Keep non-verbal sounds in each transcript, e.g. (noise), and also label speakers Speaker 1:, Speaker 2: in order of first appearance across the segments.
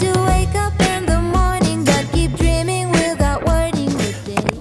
Speaker 1: to wake up in the morning, but keep dreaming without wording the day.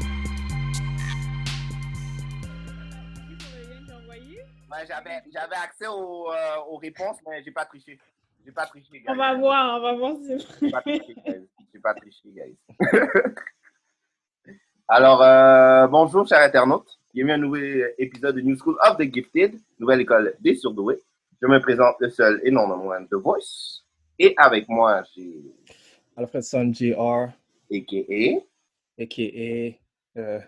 Speaker 2: Ouais, Ben, j'avais, j'avais accès aux, euh, aux réponses, mais j'ai pas triché. J'ai pas triché, guys.
Speaker 3: On va voir, on va voir si.
Speaker 2: J'ai pas triché, guys. J'ai pas triché, guys. (laughs) Alors, euh, bonjour, chers internautes. Bienvenue à un nouvel épisode de New School of the Gifted, nouvelle école des surdoués. Je me présente le seul et non le moindre de Voice. Et avec moi, j'ai
Speaker 4: Alfred Son Jr.,
Speaker 2: a.k.a.
Speaker 4: a.k.a. Euh...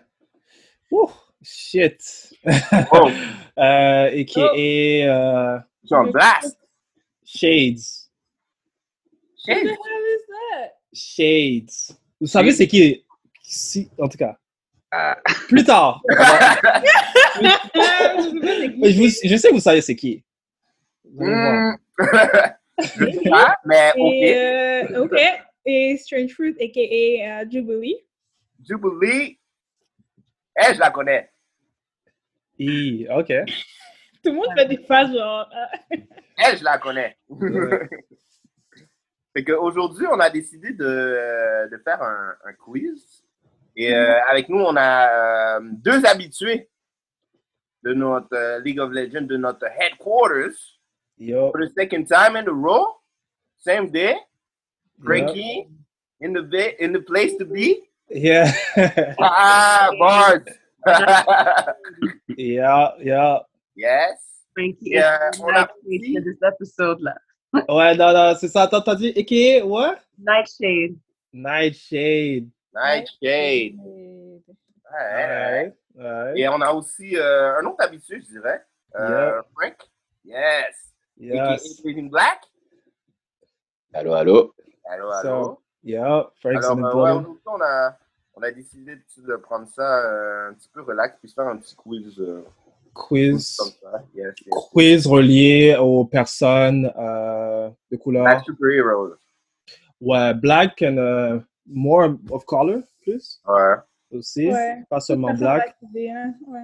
Speaker 4: Ouh, shit!
Speaker 3: (laughs)
Speaker 2: Oh,
Speaker 4: euh, a.k.a. euh,
Speaker 2: John Blast.
Speaker 4: Shades.
Speaker 2: Shane.
Speaker 4: Shades. Vous savez c'est qui? Si, en tout cas.
Speaker 2: Ah.
Speaker 4: Plus tard! (laughs)
Speaker 3: Je
Speaker 4: je, vous- je sais que vous savez c'est qui. Vous allez voir.
Speaker 2: Hmm. Je sais pas, mais
Speaker 3: Et,
Speaker 2: ok.
Speaker 3: euh, ok. Et Strange Fruit, a.k.a. euh, Jubilee.
Speaker 2: Jubilee. Eh, je la connais.
Speaker 4: Hi, ok.
Speaker 3: Tout le monde fait des faces genre. ah.
Speaker 2: Eh, je la connais.
Speaker 3: (laughs)
Speaker 4: Euh,
Speaker 2: Fait qu'aujourd'hui, on a décidé de, de faire un, un quiz. Et euh, avec nous, on a euh, deux habitués de notre euh, League of Legends, de notre headquarters.
Speaker 4: yo.
Speaker 2: For the second time in a row, same day, Frankie, in, the va- in the place to be.
Speaker 4: Yeah.
Speaker 2: Ah, Bart!
Speaker 4: yeah, yeah.
Speaker 2: yes.
Speaker 5: Frankie
Speaker 2: Et, euh,
Speaker 5: is the
Speaker 2: on a
Speaker 5: nightshade de cet épisode-là.
Speaker 4: Ouais, non, non, c'est ça. Attends, t'as dit a.k.a. ouais?
Speaker 5: Nightshade.
Speaker 4: Nightshade.
Speaker 2: Nightshade. Ouais.
Speaker 4: Ouais. ouais.
Speaker 2: Et on a aussi euh, un autre habitué, je dirais. Euh,
Speaker 4: Yeah.
Speaker 2: Frank. Yes.
Speaker 4: Yes.
Speaker 2: Breaking Black.
Speaker 6: Allô, allô.
Speaker 2: Allô,
Speaker 4: So,
Speaker 2: allô.
Speaker 4: Yeah, Frank's
Speaker 2: Alors,
Speaker 4: in the
Speaker 2: euh, ouais,
Speaker 4: building.
Speaker 2: aujourd'hui, on a, on a décidé de, de prendre ça euh, un petit peu relax, puis faire un petit quiz euh,
Speaker 4: quiz,
Speaker 2: comme ça. Yes, yes.
Speaker 4: quiz relié aux personnes euh, de couleur.
Speaker 2: Black superhero.
Speaker 4: Ouais, black and euh, more of color, plus
Speaker 2: Ouais.
Speaker 4: aussi.
Speaker 3: Ouais.
Speaker 4: Pas seulement
Speaker 3: Ça fait
Speaker 4: black.
Speaker 3: pas d'idée, hein, ouais.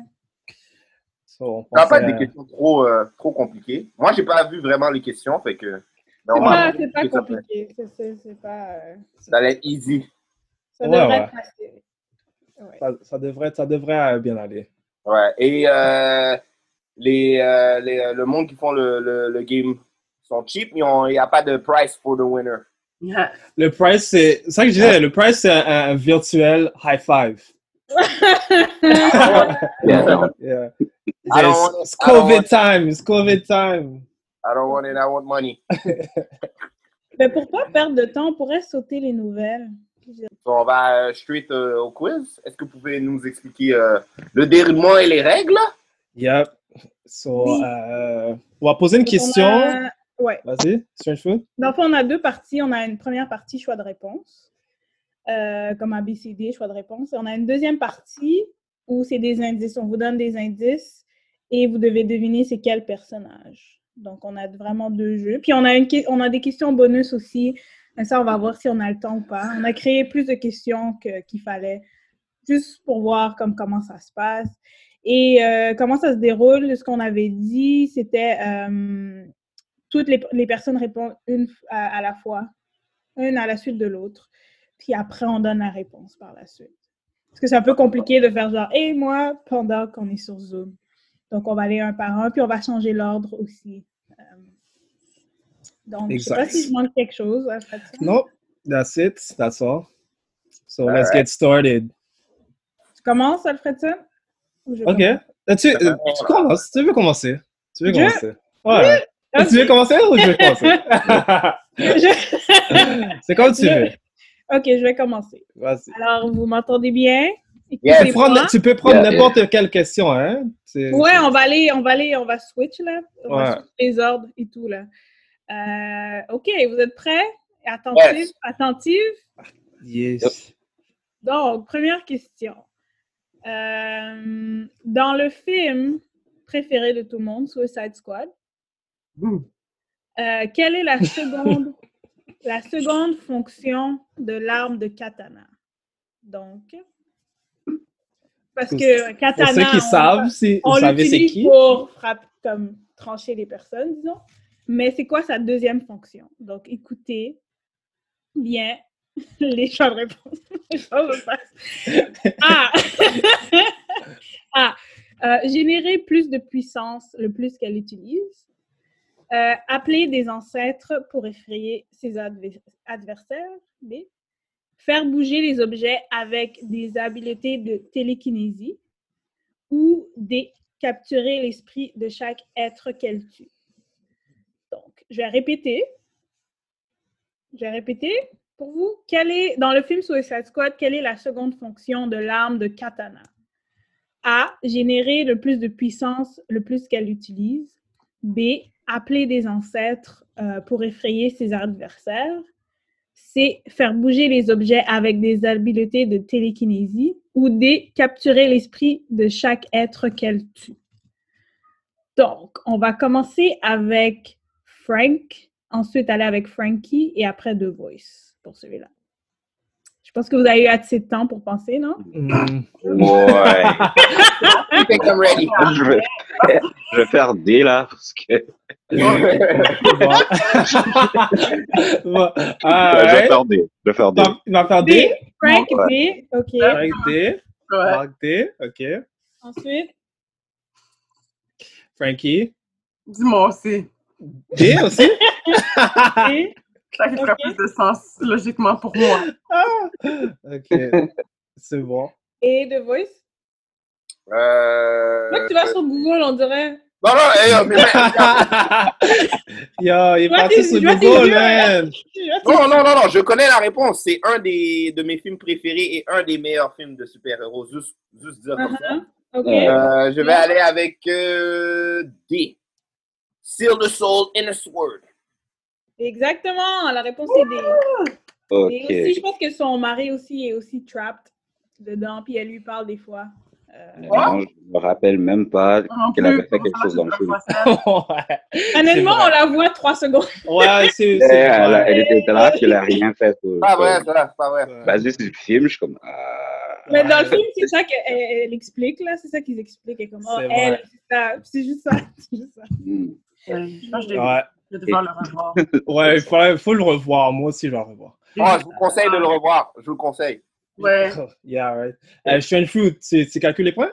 Speaker 4: So, on
Speaker 2: Ça va pas
Speaker 4: fait,
Speaker 2: être des
Speaker 4: euh,
Speaker 2: questions trop, euh, trop compliquées. Moi, j'ai pas vu vraiment les questions, fait que.
Speaker 3: C'est
Speaker 2: on va-
Speaker 3: pas, c'est pas
Speaker 2: ça va-
Speaker 3: compliqué. c'est- C'est c'est pas. euh,
Speaker 2: Ça allait être easy.
Speaker 3: Ça
Speaker 4: Ouais,
Speaker 3: devrait
Speaker 4: ouais.
Speaker 3: être facile. Ouais.
Speaker 4: ça, ça devrait, ça devrait euh, bien aller.
Speaker 2: Ouais. Et euh, les, euh, les- le monde qui font le, le, le game sont cheap, mais il n'y a pas de price for the winner.
Speaker 4: Le price, c'est c'est ça que je disais. Le price, c'est un, un virtuel high
Speaker 3: (laughs)
Speaker 4: five.
Speaker 2: (laughs)
Speaker 6: Yeah, non.
Speaker 4: Yeah.
Speaker 2: I
Speaker 4: It's-
Speaker 2: don't want it.
Speaker 4: it's
Speaker 2: I don't
Speaker 4: COVID time. It's COVID time.
Speaker 2: I don't want it, I want money.
Speaker 3: Mais pour pas perdre de temps, on pourrait sauter les nouvelles.
Speaker 2: on va euh, straight euh, au quiz. Est-ce que vous pouvez nous expliquer euh, le déroulement et les règles?
Speaker 4: Yep. So, euh, on va poser une
Speaker 3: Donc, on
Speaker 4: question.
Speaker 3: a- Ouais.
Speaker 4: Vas-y, Strange Food.
Speaker 3: Dans le fond, on a deux parties. On a une première partie choix de réponse, euh, comme ABCD, choix de réponse. Et on a une deuxième partie où c'est des indices. On vous donne des indices et vous devez deviner c'est quel personnage. Donc, on a vraiment deux jeux. Puis, on a, une, que- on a des questions bonus aussi. Mais ça, on va voir si on a le temps ou pas. On a créé plus de questions que- qu'il fallait, juste pour voir comme, comment ça se passe. Et euh, comment ça se déroule, ce qu'on avait dit, c'était euh, toutes les, les personnes répondent une f- à, à la fois, une à la suite de l'autre. Puis après, on donne la réponse par la suite. Parce que c'est un peu compliqué de faire genre, et moi, pendant qu'on est sur Zoom. Donc, on va aller un par un, puis on va changer l'ordre aussi. Euh, donc, je ne sais pas
Speaker 4: Exact.
Speaker 3: si je manque quelque chose. hein, Fatia.
Speaker 4: Nope. That's it. That's all. So
Speaker 2: All
Speaker 4: let's get
Speaker 2: right.
Speaker 4: started.
Speaker 3: Tu commences, Alfredson? Ou je
Speaker 4: OK.
Speaker 3: commence? (laughs)
Speaker 4: Euh, Tu, euh, tu commences. Tu veux commencer? Tu veux
Speaker 3: Je-
Speaker 4: commencer? Ouais.
Speaker 3: Oui, ok.
Speaker 4: Tu veux commencer ou je veux
Speaker 3: (laughs)
Speaker 4: commencer?
Speaker 3: Je-
Speaker 4: C'est comme tu veux.
Speaker 3: OK, je vais commencer.
Speaker 4: Vas-y.
Speaker 3: Alors, vous m'entendez bien?
Speaker 4: Tu peux
Speaker 3: Écoutez-moi.
Speaker 4: prendre, tu peux prendre
Speaker 6: Yeah, yeah.
Speaker 4: n'importe quelle question, hein? C'est-
Speaker 3: Ouais, on va aller, on va aller, on va switch là. On va
Speaker 4: Ouais.
Speaker 3: switch les ordres et tout là. Euh, OK, vous êtes prêts? Attentifs?
Speaker 2: Yes.
Speaker 3: Attentifs?
Speaker 4: Yes.
Speaker 3: Donc, première question. Euh, dans le film préféré de tout le monde, Suicide Squad, euh, quelle est la seconde, la seconde fonction de l'arme de katana? Donc, parce que un
Speaker 4: Pour
Speaker 3: katana.
Speaker 4: ceux qui
Speaker 3: on-
Speaker 4: savent, si vous
Speaker 3: on
Speaker 4: savez c'est
Speaker 3: l'utilise
Speaker 4: qui.
Speaker 3: pour frapper, comme trancher les personnes, disons. Mais c'est quoi sa deuxième fonction? Donc, écoutez bien (laughs) les choix de réponse. (laughs) Les choix de
Speaker 4: (laughs)
Speaker 3: réponse. ah! (laughs) ah! Euh, générer plus de puissance le plus qu'elle utilise. Euh, appeler des ancêtres pour effrayer ses adver- adversaires. B. Faire bouger les objets avec des habiletés de télékinésie. Ou D capturer l'esprit de chaque être qu'elle tue. Donc, je vais répéter. Je vais répéter pour vous. Quelle est, dans le film Suicide Squad, quelle est la seconde fonction de l'arme de katana? A. Générer le plus de puissance, le plus qu'elle utilise. B. Appeler des ancêtres euh, pour effrayer ses adversaires. C. Faire bouger les objets avec des habiletés de télékinésie. Ou D. Capturer l'esprit de chaque être qu'elle tue. Donc, on va commencer avec Frank, ensuite aller avec Frankie et après The Voice pour celui-là. Je pense que vous avez eu assez de temps pour penser, non?
Speaker 4: Hmm.
Speaker 6: Ouais.
Speaker 2: I think I'm ready.
Speaker 6: je, vais, je vais faire D là, parce que
Speaker 4: Bon. (laughs) Bon. Ah,
Speaker 6: Ouais, Euh, je vais
Speaker 4: ouais.
Speaker 6: faire D. Je vais faire D.
Speaker 4: Il va faire
Speaker 3: D.
Speaker 4: D.
Speaker 3: Frank,
Speaker 6: Ouais.
Speaker 3: D, OK.
Speaker 4: Marc D.
Speaker 3: Ouais.
Speaker 4: Marc D. OK.
Speaker 3: Ensuite,
Speaker 4: Frankie.
Speaker 7: Dis-moi aussi.
Speaker 4: D aussi?
Speaker 3: D.
Speaker 7: Ça qui ferait plus de sens logiquement pour moi.
Speaker 4: Ah. OK. (laughs) C'est bon.
Speaker 3: et The Voice.
Speaker 2: Euh,
Speaker 3: Moi, tu vas sur Google, on dirait.
Speaker 2: Non, non, eh, euh, mais-
Speaker 4: Yo, il est
Speaker 3: Ouais,
Speaker 4: parti
Speaker 3: t'es-
Speaker 4: sur
Speaker 3: je vois tes
Speaker 4: Google,
Speaker 3: yeux, hein.
Speaker 4: man.
Speaker 2: non, non, non, non, je connais la réponse. C'est un des, de mes films préférés et un des meilleurs films de super-héros. Juste, juste dire comme ça.
Speaker 3: Uh-huh. OK.
Speaker 2: Euh, je vais aller avec euh, D. Seal the soul in a sword.
Speaker 3: Exactement, la réponse est D. Et aussi,
Speaker 6: Ok.
Speaker 3: je pense que son mari aussi est aussi trapped dedans, puis elle lui parle des fois. Euh,
Speaker 6: Non, je me rappelle même pas
Speaker 7: Non
Speaker 6: qu'elle
Speaker 7: plus,
Speaker 6: avait fait quelque chose dans le film.
Speaker 4: ouais,
Speaker 3: Honnêtement,
Speaker 4: vrai.
Speaker 3: on la voit trois secondes.
Speaker 4: ouais c'est.
Speaker 6: Elle,
Speaker 4: c'est
Speaker 6: elle-
Speaker 4: vrai.
Speaker 6: elle était là, puis elle a rien fait. pour-
Speaker 2: Pas vrai, ça, c'est pas vrai.
Speaker 4: Ouais.
Speaker 6: Basé sur le film, je suis comme. ah.
Speaker 3: Mais dans le film, c'est ça qu'elle elle- elle explique, là. C'est ça qu'ils expliquent. Et comment
Speaker 4: C'est
Speaker 3: elle,
Speaker 4: vrai.
Speaker 3: c'est ça. C'est juste ça. (laughs) C'est juste ça.
Speaker 6: Hmm.
Speaker 7: Moi, Euh, je l'ai vu.
Speaker 4: Ouais,
Speaker 7: Je vais devoir le (laughs) revoir.
Speaker 4: ouais il faudrait- faut le revoir. Moi aussi, je vais le revoir.
Speaker 2: Oh, je vous conseille de le revoir. Je vous le conseille.
Speaker 7: Ouais.
Speaker 4: (laughs) Yeah, right. Euh, Strange Fruit, tu, tu calcules les points?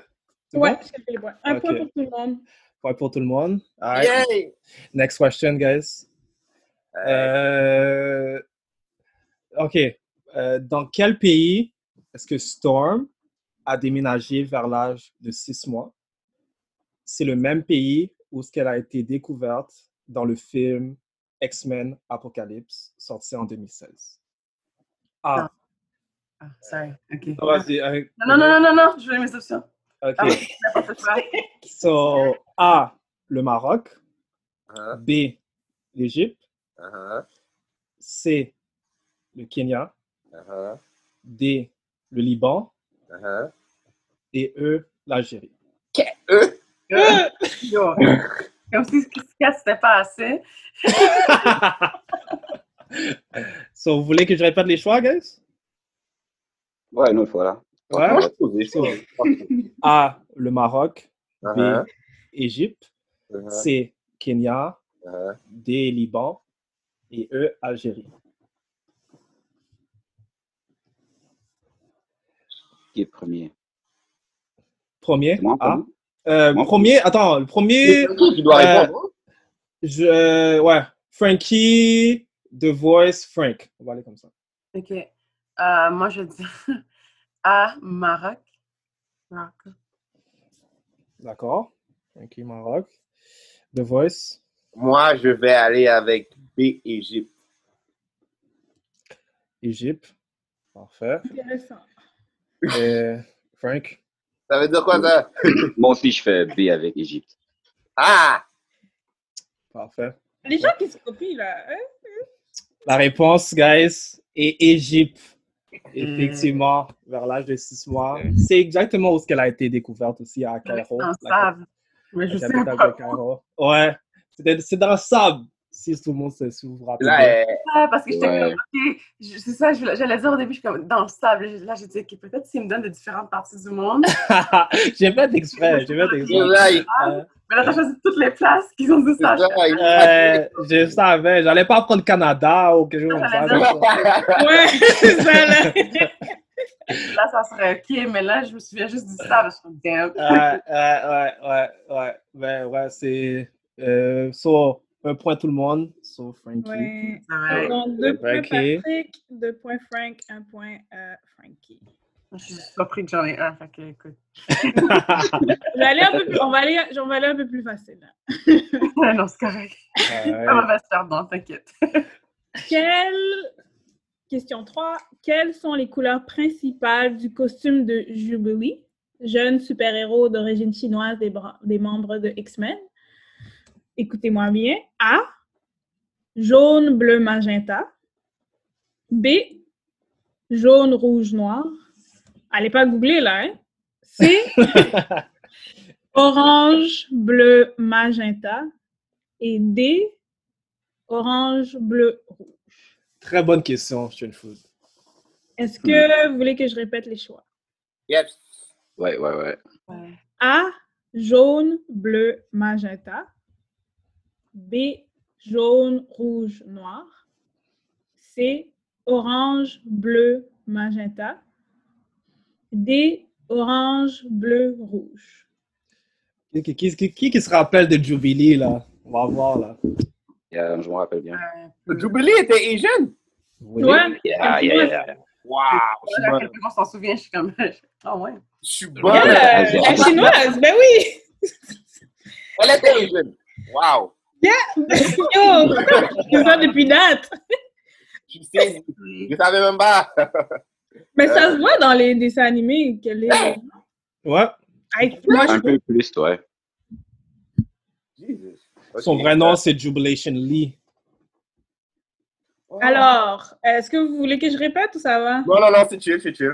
Speaker 4: C'est
Speaker 3: Ouais,
Speaker 4: bon?
Speaker 3: je fais les points. Un
Speaker 4: Ok.
Speaker 3: point pour tout le monde.
Speaker 4: Point pour tout le monde. All right.
Speaker 2: Yay!
Speaker 4: Next question, guys. Euh, OK. Euh, dans quel pays est-ce que Storm a déménagé vers l'âge de six mois? C'est le même pays où ce qu'elle a été découverte dans le film X-Men Apocalypse, sorti en 2016. Ah,
Speaker 7: Ah, sorry. OK.
Speaker 4: non, vas-y. euh,
Speaker 7: Non, non, non, non, non, je veux mes options.
Speaker 4: OK.
Speaker 7: Ah oui, n'importe quoi.
Speaker 4: So, A, le Maroc. B, l'Égypte.
Speaker 2: Uh-huh,
Speaker 4: C, le Kenya.
Speaker 2: uh-huh,
Speaker 4: D, le Liban. Et E,
Speaker 6: (laughs)
Speaker 4: l'Algérie.
Speaker 7: Yo. Comme si ce qui se casse, c'était pas assez.
Speaker 4: So, vous voulez que je répète les choix, guys?
Speaker 6: Ouais, une autre fois là.
Speaker 4: Ouais.
Speaker 6: Moi, je trouve des
Speaker 4: So,
Speaker 6: choses.
Speaker 4: A, le Maroc.
Speaker 6: Uh-huh.
Speaker 4: B, Égypte.
Speaker 6: Uh-huh.
Speaker 4: C, Kenya. D, Liban. Et E, Algérie.
Speaker 6: Qui est premier
Speaker 4: Premier.
Speaker 6: Moi,
Speaker 4: A.
Speaker 6: premier.
Speaker 4: Euh,
Speaker 6: Moi,
Speaker 4: premier, attends, le premier.
Speaker 6: C'est Frankie qui doit
Speaker 4: euh,
Speaker 2: hein.
Speaker 6: répondre,
Speaker 4: je, euh, ouais, Frankie, The Voice, Frank. On va aller comme ça.
Speaker 7: OK. Euh, moi, je dis (laughs) à Maroc. Maroc.
Speaker 4: D'accord. Frankie, Maroc. The Voice.
Speaker 2: Moi, je vais aller avec B, Égypte.
Speaker 4: Égypte. Parfait.
Speaker 3: Intéressant.
Speaker 4: Et Frank.
Speaker 2: Ça veut dire quoi ça
Speaker 6: Moi aussi, je fais B avec Égypte.
Speaker 2: Ah!
Speaker 4: Parfait.
Speaker 3: Les gens qui se copient, là, hein?
Speaker 4: La réponse, guys, est Égypte.
Speaker 7: Hmm.
Speaker 4: Effectivement, vers l'âge de 6 mois. C'est exactement où ce qu'elle a été découverte aussi à Cairo.
Speaker 7: Dans le
Speaker 4: la
Speaker 7: sable. Mais
Speaker 4: La
Speaker 7: Oh, je sais
Speaker 4: capitale
Speaker 7: pas.
Speaker 4: de Cairo. Ouais. C'était- C'est dans le sable, si tout le monde se si vous vous rappelez.
Speaker 2: Là, elle-
Speaker 7: Ah, parce que j'étais
Speaker 4: Ouais.
Speaker 7: comme, OK, je- c'est ça, je- j'allais dire au début, je suis comme dans le sable. Là, j'ai dit, OK, peut-être s'ils me donnent de différentes parties du (laughs) monde.
Speaker 4: J'ai fait exprès, j'ai fait exprès.
Speaker 2: Là, il-
Speaker 4: Euh,
Speaker 7: Mais là, t'as choisi toutes les places qu'ils ont dit ça.
Speaker 4: euh, je savais, j'allais pas prendre Canada ou quelque chose comme ça.
Speaker 7: J'allais dire-
Speaker 3: (laughs)
Speaker 4: c'est ça, (laughs) là.
Speaker 7: Là, ça serait OK, mais là, je me souviens juste du sable. Je suis comme, damn.
Speaker 4: ouais, ouais, ouais, ouais, ouais, ouais, c'est. Euh, so, un point tout le monde, sauf Frankie.
Speaker 3: Ouais.
Speaker 7: Ouais.
Speaker 3: Donc, deux points
Speaker 4: Frankie.
Speaker 3: Patrick, deux points Frank, un point euh, Frankie.
Speaker 7: Je suis juste surpris que j'en ai un, fait que écoute.
Speaker 3: On va aller un peu plus, on va aller, on va aller un peu plus facile. là.
Speaker 7: non, c'est correct.
Speaker 4: Ouais.
Speaker 7: Ça va se faire, non, t'inquiète.
Speaker 3: (laughs) Quelle... Question 3. Quelles sont les couleurs principales du costume de Jubilee, jeune super-héros d'origine chinoise des, bra- des membres de X-Men? Écoutez-moi bien. A. Jaune, bleu, magenta. B. Jaune, rouge, noir. Allez pas googler là, hein? C. orange, bleu, magenta. Et D. Orange, bleu, rouge.
Speaker 4: Très bonne question, Stunfood.
Speaker 3: Est-ce que vous voulez que je répète les choix?
Speaker 2: Yes.
Speaker 6: Ouais, ouais, ouais.
Speaker 3: A, jaune, bleu, magenta. B, jaune, rouge, noir. C, orange, bleu, magenta. D, orange, bleu, rouge.
Speaker 4: Qui qui, qui, qui- qui se rappelle de Jubilee, là? On va voir, là.
Speaker 6: Euh, je me rappelle bien.
Speaker 2: Le Jubilee était Asian?
Speaker 4: Oui.
Speaker 3: Ouais.
Speaker 6: Yeah, yeah, yeah, yeah.
Speaker 2: Wow! Je suis
Speaker 7: À
Speaker 2: bonne.
Speaker 7: quel point on s'en souvient, je suis comme. (laughs) Ah ouais.
Speaker 2: Je suis bonne.
Speaker 6: Ouais,
Speaker 3: Euh, la chinoise, ben oui!
Speaker 2: Elle était Asian. Wow!
Speaker 3: Yeah! (laughs) Yo! Je fais ça depuis date!
Speaker 2: Je sais, je savais même pas.
Speaker 3: Mais ça se voit dans les dessins animés qu'elle est.
Speaker 4: Ouais.
Speaker 3: Hey, moi, je
Speaker 6: Un peu plus, ouais.
Speaker 4: Son vrai nom, c'est Jubilation Lee. (laughs)
Speaker 3: Alors, est-ce que vous voulez que je répète ou ça va?
Speaker 2: Non, non, non, c'est chill, c'est chill.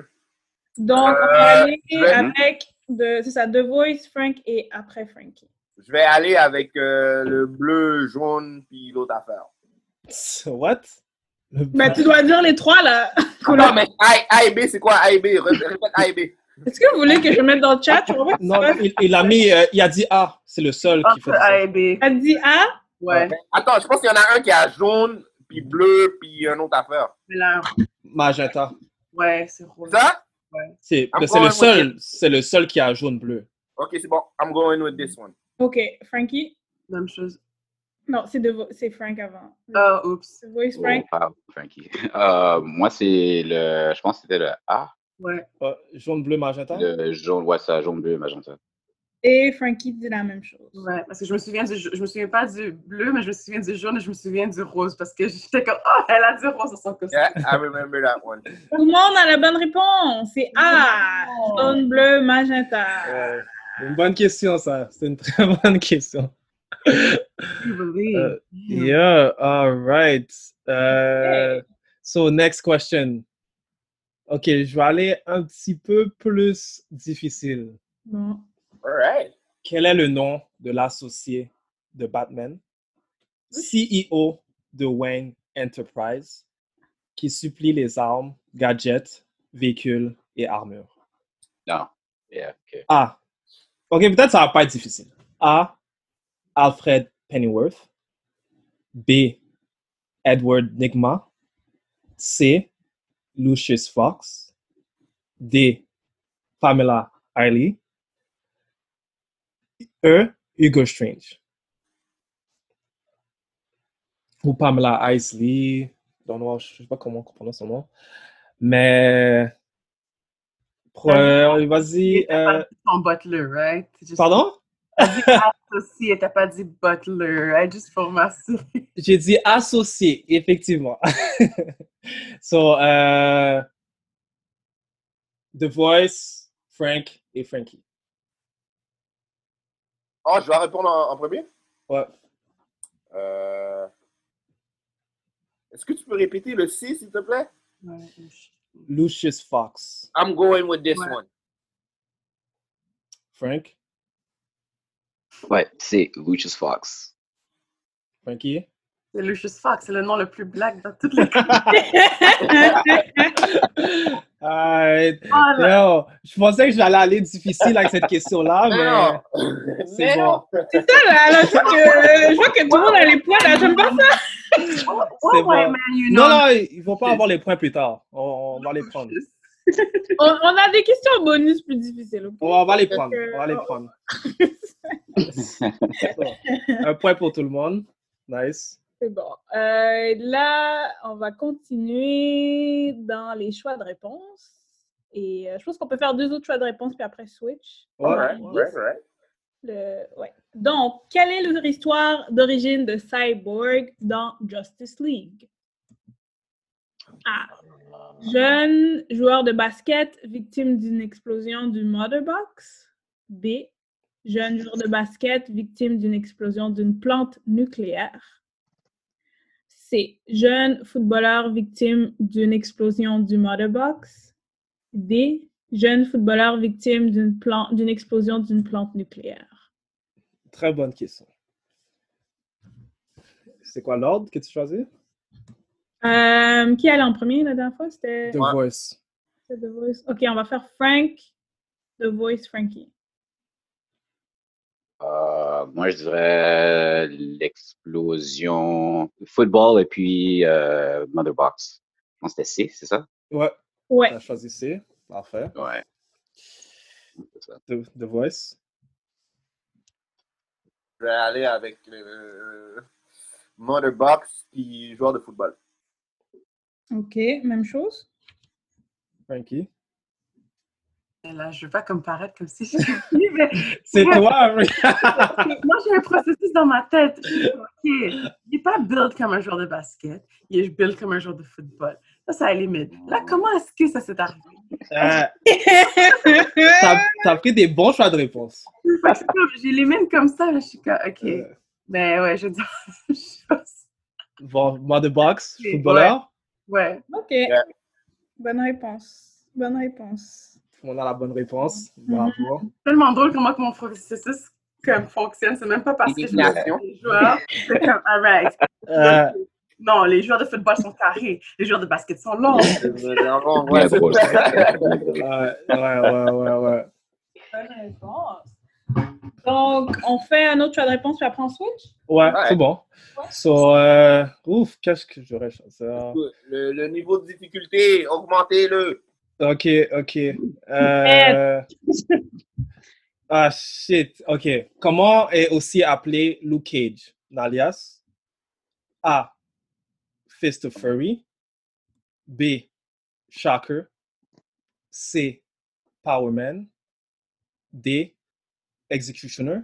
Speaker 3: Donc, on va
Speaker 2: Euh,
Speaker 3: aller
Speaker 2: je vais-
Speaker 3: avec, de- c'est ça, The Voice, Frank et après Frankie.
Speaker 2: Je vais aller avec euh, le bleu, jaune, puis l'autre affaire.
Speaker 4: What?
Speaker 3: Ben, tu dois dire les trois, là. (laughs)
Speaker 2: Non, mais A, A et B, c'est quoi A et B? Ré- Répète A et B.
Speaker 3: Est-ce que vous voulez que je mette dans le chat? Tu vois pas ce qui se
Speaker 4: Non,
Speaker 3: passe?
Speaker 4: il, il a mis... euh, il a dit A. C'est le seul qui fait
Speaker 7: Entre
Speaker 4: ça.
Speaker 7: A et B.
Speaker 3: Elle dit A.
Speaker 7: Ouais.
Speaker 2: Attends, je pense qu'il y en a un qui a jaune, puis bleu, puis un autre affaire.
Speaker 7: Mais là,
Speaker 4: Magenta.
Speaker 7: ouais, c'est rouge.
Speaker 2: Ça?
Speaker 7: Ah, Ouais.
Speaker 4: C'est
Speaker 2: I'm
Speaker 4: ben, c'est le
Speaker 2: going with
Speaker 4: seul. C'est le seul qui a jaune-bleu.
Speaker 2: Ok, c'est bon. I'm going with this one.
Speaker 3: OK, Frankie.
Speaker 7: Même chose.
Speaker 3: Non, c'est de Vo- c'est Frank avant.
Speaker 7: Ah, oups.
Speaker 3: The Voice Frank.
Speaker 8: Oh, pardon, Frankie. Euh, moi, c'est le. Je pense que c'était le A.
Speaker 3: Ouais.
Speaker 4: jaune, bleu, Euh, magenta.
Speaker 8: Le jaune, ouais, ça, jaune, bleu, magenta.
Speaker 3: Et Frankie dit la même chose.
Speaker 7: Oh. Ouais, parce que je me souviens du, je me souviens pas du bleu, mais je me souviens du jaune et je me souviens du rose parce que j'étais comme, oh, elle a du rose dans son
Speaker 2: (laughs)
Speaker 7: costume.
Speaker 2: Yeah, I remember that one.
Speaker 3: Tout le monde a la bonne réponse. C'est A. Jaune, bleu, magenta.
Speaker 4: Euh, une bonne question, ça. C'est une très (laughs) bonne question. Uh, yeah, all right. Uh, so, next question. OK, je vais aller un petit peu plus difficile.
Speaker 3: (laughs) Non.
Speaker 2: All right.
Speaker 4: Quel est le nom de l'associé de Batman, CEO de Wayne Enterprise, qui supplie les armes, gadgets, véhicules et armures?
Speaker 8: Non. Yeah, ok.
Speaker 4: A. OK, peut-être ça va pas être difficile. A. Alfred Pennyworth. B. Edward Nigma. C. Lucius Fox. D. Pamela Early. E. Hugo Strange. Ou Pamela Isley. Don't know, je sais pas comment on prononce son nom. Mais. Pre- Vas-y. euh,
Speaker 7: Son butler, right? Just-
Speaker 4: Pardon?
Speaker 7: Associé, t'as pas dit butler, right? Juste pour m'assurer.
Speaker 4: J'ai dit associé, effectivement. (laughs) so, euh, The Voice, Frank et Frankie.
Speaker 2: Oh, je dois répondre en, en premier?
Speaker 4: Ouais.
Speaker 2: Euh, Est-ce que tu peux répéter le C, s'il te plaît?
Speaker 4: Lucius Fox.
Speaker 2: I'm going with this one.
Speaker 4: Frank,
Speaker 6: Ouais, c'est Lucius Fox.
Speaker 4: Frankie.
Speaker 7: C'est Lucius Fox, c'est le nom le plus black dans toute la
Speaker 4: Alright.
Speaker 7: Voilà.
Speaker 4: Yo, je pensais que j'allais aller difficile avec cette question-là, mais c'est bon.
Speaker 3: C'est ça, là. là, je, vois que, je vois que tout le monde a les poils, là. J'aime pas ça.
Speaker 7: ouais,
Speaker 4: C'est bon.
Speaker 7: mais,
Speaker 4: Non, non, ils vont pas avoir les points plus tard. On, on va les prendre.
Speaker 3: On, on a des questions bonus plus difficiles. ok?
Speaker 4: On va les prendre.
Speaker 3: Parce que-
Speaker 4: On va les (laughs) prendre. Un point pour tout le monde. Nice.
Speaker 3: C'est bon. Euh, là, on va continuer dans les choix de réponse. Et euh, je pense qu'on peut faire deux autres choix de réponse, puis après switch.
Speaker 2: All right, all right, all right.
Speaker 3: Le- ouais. Donc, quelle est leur histoire d'origine de Cyborg dans Justice League? A. Jeune joueur de basket victime d'une explosion du Motherbox. B. Jeune joueur de basket victime d'une explosion d'une plante nucléaire. C. Jeune footballeur victime d'une explosion du Motherbox. D. Jeune footballeur victime d'une plan- d'une explosion d'une plante nucléaire.
Speaker 4: Très bonne question. C'est quoi l'ordre que tu choisis?
Speaker 3: Euh, qui allait en premier la dernière fois? C'était
Speaker 4: The Voice.
Speaker 3: c'était The Voice. OK, on va faire Frank, The Voice Frankie.
Speaker 8: Euh, moi, je dirais l'explosion football et puis euh, Motherbox. Je pense que c'était C, c'est ça?
Speaker 4: Ouais.
Speaker 3: Ouais.
Speaker 4: T'as choisi C. Parfait.
Speaker 8: Ouais.
Speaker 4: The, The Voice.
Speaker 2: Je vais aller avec euh, Motherbox puis joueur de
Speaker 4: (laughs)
Speaker 2: football.
Speaker 3: OK, même (laughs) chose.
Speaker 4: Frankie.
Speaker 7: là, je veux pas comme paraître comme si je suis mais
Speaker 4: C'est toi, hein? oui.
Speaker 7: moi j'ai un processus dans ma tête. Je suis comme, OK, il est pas build comme un joueur de basket, il est build comme un joueur de football. Ça, ça à la limite. Là, comment est-ce que ça s'est arrivé?
Speaker 4: Euh, T'as t'as pris des bons choix de réponse. Euh,
Speaker 7: Parce que comme j'élimine comme ça, là, je suis comme, OK. Mais ouais, je dis,
Speaker 4: Bon, Motherbox,
Speaker 7: Ouais.
Speaker 4: footballeur.
Speaker 7: ouais.
Speaker 3: OK.
Speaker 2: Yeah.
Speaker 3: Bonne réponse. Bonne réponse.
Speaker 4: On a la bonne réponse.
Speaker 7: Mhm.
Speaker 4: Bravo.
Speaker 7: tellement drôle comment que mon processus comme fonctionne. C'est même pas parce que je
Speaker 2: Élimination.
Speaker 7: suis les joueurs. C'est comme, all right.
Speaker 4: Euh,
Speaker 7: Non, les joueurs de football sont carrés. Les joueurs de basket sont longs.
Speaker 2: Vraiment,
Speaker 8: Bien
Speaker 2: ouais, c'est-
Speaker 8: drôle. (laughs) Bien drôle.
Speaker 4: ouais, ouais, ouais, ouais, ouais.
Speaker 3: Bonne réponse. Donc, on fait un autre choix de réponse, puis après on switch?
Speaker 4: Ouais,
Speaker 2: Ouais.
Speaker 4: c'est bon. So, euh, ouf, qu'est-ce que j'aurais choisi? Euh,
Speaker 2: le, le niveau de difficulté, augmentez-le.
Speaker 4: Ok, ok. Euh, ah, shit. Ok. Comment est aussi appelé Luke Cage alias A. Fist of Fury. B. Shocker. C. Power Man. D. Executioner.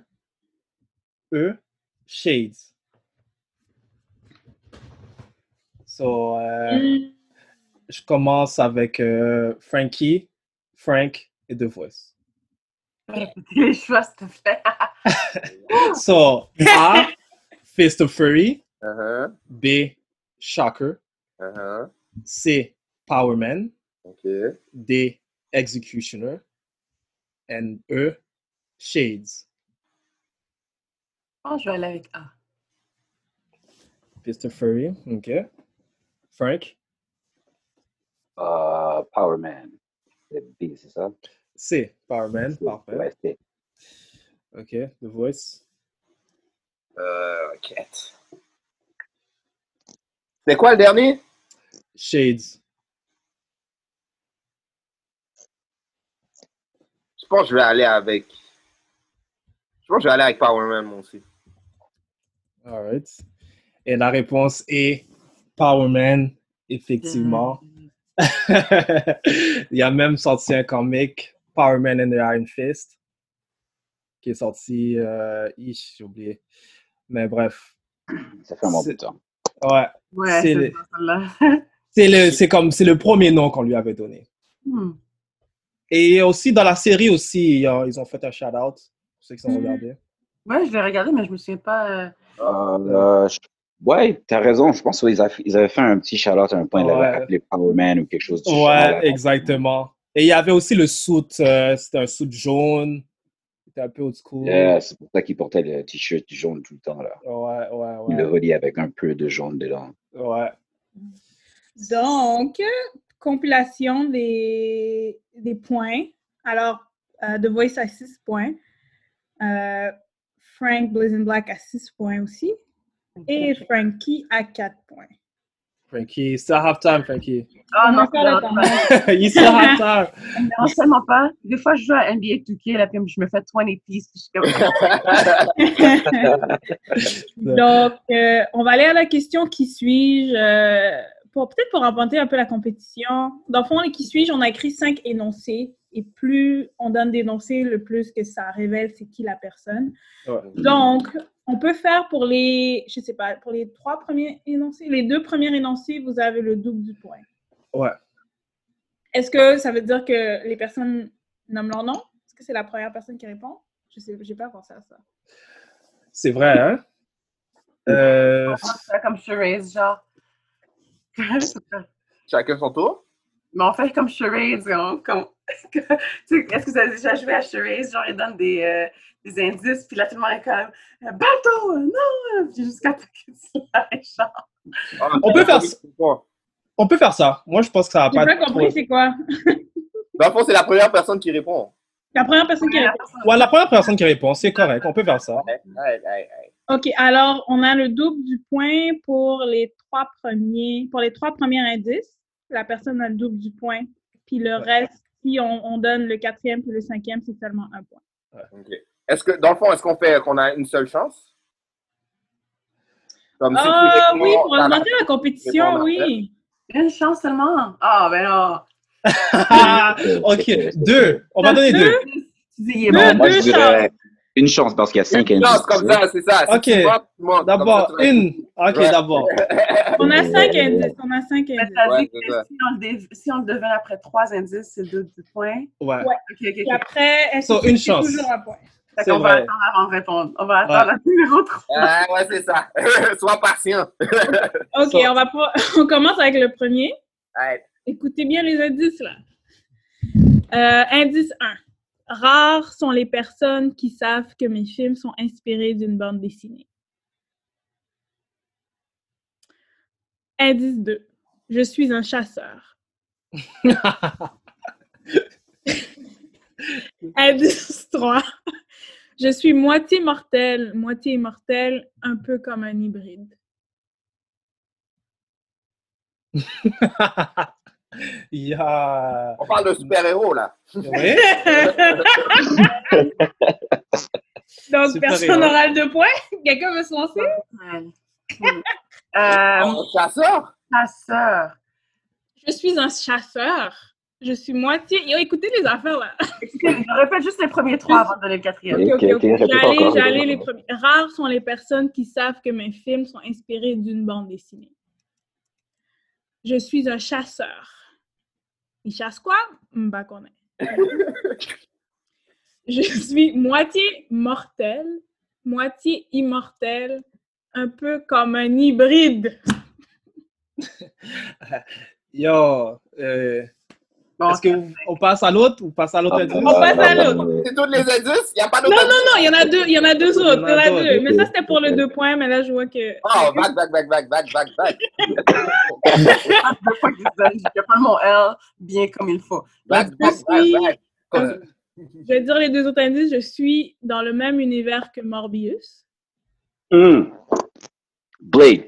Speaker 4: E. Shades. So, euh, je commence avec euh, Frankie, Frank et The Voice.
Speaker 7: Répétez les choix, s'il te plaît.
Speaker 4: (laughs) So, A. Fist of Fury.
Speaker 2: Uh-huh.
Speaker 4: B. Shocker.
Speaker 2: Uh-huh.
Speaker 4: C. Power Man.
Speaker 2: Okay.
Speaker 4: D. Executioner. And E. Shades.
Speaker 7: Je pense que je vais aller avec A.
Speaker 4: Fist of Fury. OK. Frank.
Speaker 8: Euh, Power Man. C'est B, c'est ça?
Speaker 4: C. Power Man.
Speaker 8: C'est- Ouais,
Speaker 4: Parfait.
Speaker 8: c'est
Speaker 4: OK. The Voice.
Speaker 2: Euh, quête. C'est quoi le dernier?
Speaker 4: Shades.
Speaker 2: Je pense que je vais aller avec. Je pense que je vais aller avec Power Man, moi aussi.
Speaker 4: All right. Et la réponse est Power Man,
Speaker 7: Mm.
Speaker 4: effectivement. (laughs) Il a même sorti un comic, Power Man and the Iron Fist, qui est sorti, euh, ish, j'ai oublié. Mais bref.
Speaker 8: Ça fait un bon bout
Speaker 4: C'est-
Speaker 8: de temps.
Speaker 4: Ouais.
Speaker 7: Ouais, c'est
Speaker 4: c'est le-
Speaker 7: ça, celle-là.
Speaker 4: c'est le, c'est comme, c'est le premier nom qu'on lui avait donné.
Speaker 7: Hmm.
Speaker 4: Et aussi dans la série aussi, ils ont, ils ont fait un shout out pour ceux qui sont
Speaker 7: Mm.
Speaker 4: regardés.
Speaker 7: Ouais, je l'ai regardé, mais je me souviens pas. euh,
Speaker 8: Euh, euh, je- Ouais, t'as raison. Je pense qu'ils avaient ils avaient fait un petit shout-out à un point. Ils l'avaient
Speaker 4: Ouais.
Speaker 8: appelé Power Man ou quelque chose du genre.
Speaker 4: Ouais,
Speaker 8: là.
Speaker 4: exactement. Et il y avait aussi le suit, euh, c'était un suit jaune, c'était un peu old school.
Speaker 8: Yeah, c'est pour ça qu'ils portaient le t-shirt jaune tout le temps. Là.
Speaker 4: Ouais, ouais,
Speaker 8: Ils le
Speaker 4: ouais.
Speaker 8: relient avec un peu de jaune
Speaker 3: (laughs)
Speaker 8: dedans.
Speaker 4: ouais.
Speaker 3: Donc, compilation des, des points. Alors, euh, The Voice a 6 points. Euh, Frank Blazing Black a 6 points aussi. Et Frankie a 4 points.
Speaker 4: Frankie, still have time, Frankie. (laughs)
Speaker 7: Ah non,
Speaker 3: Encore le
Speaker 7: non,
Speaker 3: temps.
Speaker 7: non.
Speaker 4: you still have time.
Speaker 7: Ça me dérange tellement pas. Des fois, je joue à NBA 2K, là, puis je me fais 20 piece, puis je suis comme...
Speaker 3: Donc, euh, on va aller à la question qui suis-je, euh, pour peut-être pour inventer un peu la compétition. Dans le fond, les qui suis-je, on a écrit cinq énoncés et plus on donne d'énoncés, le plus que ça révèle c'est qui la personne. Donc, on peut faire pour les, je sais pas, pour les trois premiers énoncés, les deux premiers énoncés, vous avez le double du point.
Speaker 4: Ouais.
Speaker 3: Est-ce que ça veut dire que les personnes nomment leur nom? Est-ce que c'est la première personne qui répond? Je sais, j'ai pas pensé à ça.
Speaker 4: C'est vrai, hein? Euh,
Speaker 7: comme charades, genre.
Speaker 2: Chacun son tour?
Speaker 7: Mais on fait comme charades, et on- comme... (laughs) tu sais, Est-ce que vous avez déjà joué à charades? Genre, ils donnent des, euh, des indices, puis là, tout le monde est comme « Bateau! Non! » Puis jusqu'à temps que tu (laughs) lâches, genre.
Speaker 2: Ah,
Speaker 4: on, peut faire, ça- on peut faire ça. Moi, je pense que ça va
Speaker 3: J'ai
Speaker 4: pas
Speaker 3: pas
Speaker 4: être
Speaker 3: compris
Speaker 4: trop-
Speaker 3: c'est quoi.
Speaker 2: Dans le fond, c'est la première personne qui répond.
Speaker 3: La première personne qui répond.
Speaker 4: Ouais, la première personne qui répond, c'est correct. On peut faire ça.
Speaker 2: Aïe, aïe, aïe.
Speaker 3: OK, alors on a le double du point pour les trois premiers, pour les trois premiers indices. La personne a le double du point. Puis le reste, si on, on donne le quatrième puis le cinquième, c'est seulement un point.
Speaker 2: Ok. Est-ce que, dans le fond, est-ce qu'on fait qu'on a une seule chance? Comme
Speaker 4: Euh,
Speaker 2: si
Speaker 3: Ah
Speaker 2: tu réponds
Speaker 3: oui, pour
Speaker 2: dans la-
Speaker 3: augmenter la compétition,
Speaker 2: répondre
Speaker 3: oui.
Speaker 7: Une chance seulement. Ah, ben non.
Speaker 4: Ah, ok, deux. On va donner deux.
Speaker 7: Tu dis, il est
Speaker 3: Deux,
Speaker 7: bon.
Speaker 8: Moi, je
Speaker 3: deux chances.
Speaker 8: dirais une chance parce qu'il y a cinq
Speaker 2: Une chance
Speaker 8: indices.
Speaker 2: comme ça, c'est ça. Si
Speaker 4: Ok.
Speaker 2: tu vois, tu montes. Comme ça,
Speaker 4: D'abord,
Speaker 2: tu réponds.
Speaker 4: une. Ok,
Speaker 2: Ouais.
Speaker 4: d'abord.
Speaker 3: On a cinq indices. On a cinq
Speaker 7: Mais
Speaker 3: indices.
Speaker 7: t'as
Speaker 2: Ouais,
Speaker 7: dit
Speaker 2: c'est
Speaker 7: que
Speaker 2: ça.
Speaker 7: si on, le dé- si on le devine après trois indices, c'est deux du point.
Speaker 4: Ouais.
Speaker 3: Ouais.
Speaker 7: Ok, ok,
Speaker 3: Puis
Speaker 7: ok.
Speaker 3: après, est-ce
Speaker 4: So,
Speaker 3: que
Speaker 4: une
Speaker 3: c'est
Speaker 4: chance.
Speaker 3: toujours un point?
Speaker 7: Fait
Speaker 4: C'est
Speaker 7: qu'on va
Speaker 4: vrai.
Speaker 7: attendre avant de répondre. On va attendre la numéro 3.
Speaker 2: Ah, ouais, c'est ça. (laughs) Sois patient.
Speaker 3: OK,
Speaker 4: So-
Speaker 3: on va pas- (laughs) on commence avec le premier.
Speaker 2: Aïe.
Speaker 3: Écoutez bien les indices là. Euh, indice 1. Rares sont les personnes qui savent que mes films sont inspirés d'une bande dessinée. Indice 2. Je suis un chasseur. Indice 3. Je suis moitié mortel, moitié immortel, un peu comme un hybride.
Speaker 4: Yeah.
Speaker 2: On parle de super-héros, là.
Speaker 4: Oui.
Speaker 3: (laughs) Donc,
Speaker 2: Super
Speaker 3: personne
Speaker 2: héros.
Speaker 3: n'aura le deux points. (laughs) Quelqu'un veut se lancer?
Speaker 4: Euh,
Speaker 2: Oh, chasseur?
Speaker 7: Ah,
Speaker 3: Chasseur. Je suis un chasseur. Je suis moitié. Yo, écoutez les affaires là.
Speaker 7: Je répète juste les premiers trois avant de donner le quatrième.
Speaker 3: Ok, ok, ok.
Speaker 7: répète
Speaker 3: J'allais,
Speaker 7: encore.
Speaker 3: j'allais les premiers. Rares sont les personnes qui savent que mes films sont inspirés d'une bande dessinée. Je suis un chasseur. Il chasse quoi? M'ba qu'on (laughs) Je suis moitié mortel, moitié immortel, un peu comme un hybride.
Speaker 4: Yo, euh, est-ce qu'on passe à l'autre ou passe à l'autre
Speaker 8: Ah,
Speaker 4: indice?
Speaker 3: Ah, On passe à l'autre.
Speaker 2: C'est tous les indices? Il n'y a pas
Speaker 3: Non, non,
Speaker 2: d'autres
Speaker 3: Ah non, il y en a deux, il y en a deux autres. Il y en a deux. Mais ça, c'était pour le
Speaker 2: Ok.
Speaker 3: deux points, mais là, je vois que.
Speaker 2: Oh, back, back, back, back, back, back, back.
Speaker 7: Je prends mon L bien comme il faut.
Speaker 2: Back,
Speaker 3: Je
Speaker 2: back,
Speaker 3: suis.
Speaker 2: back, back.
Speaker 3: Je vais dire les deux autres indices. Je suis dans le même univers que Morbius.
Speaker 8: Hmm. Blade.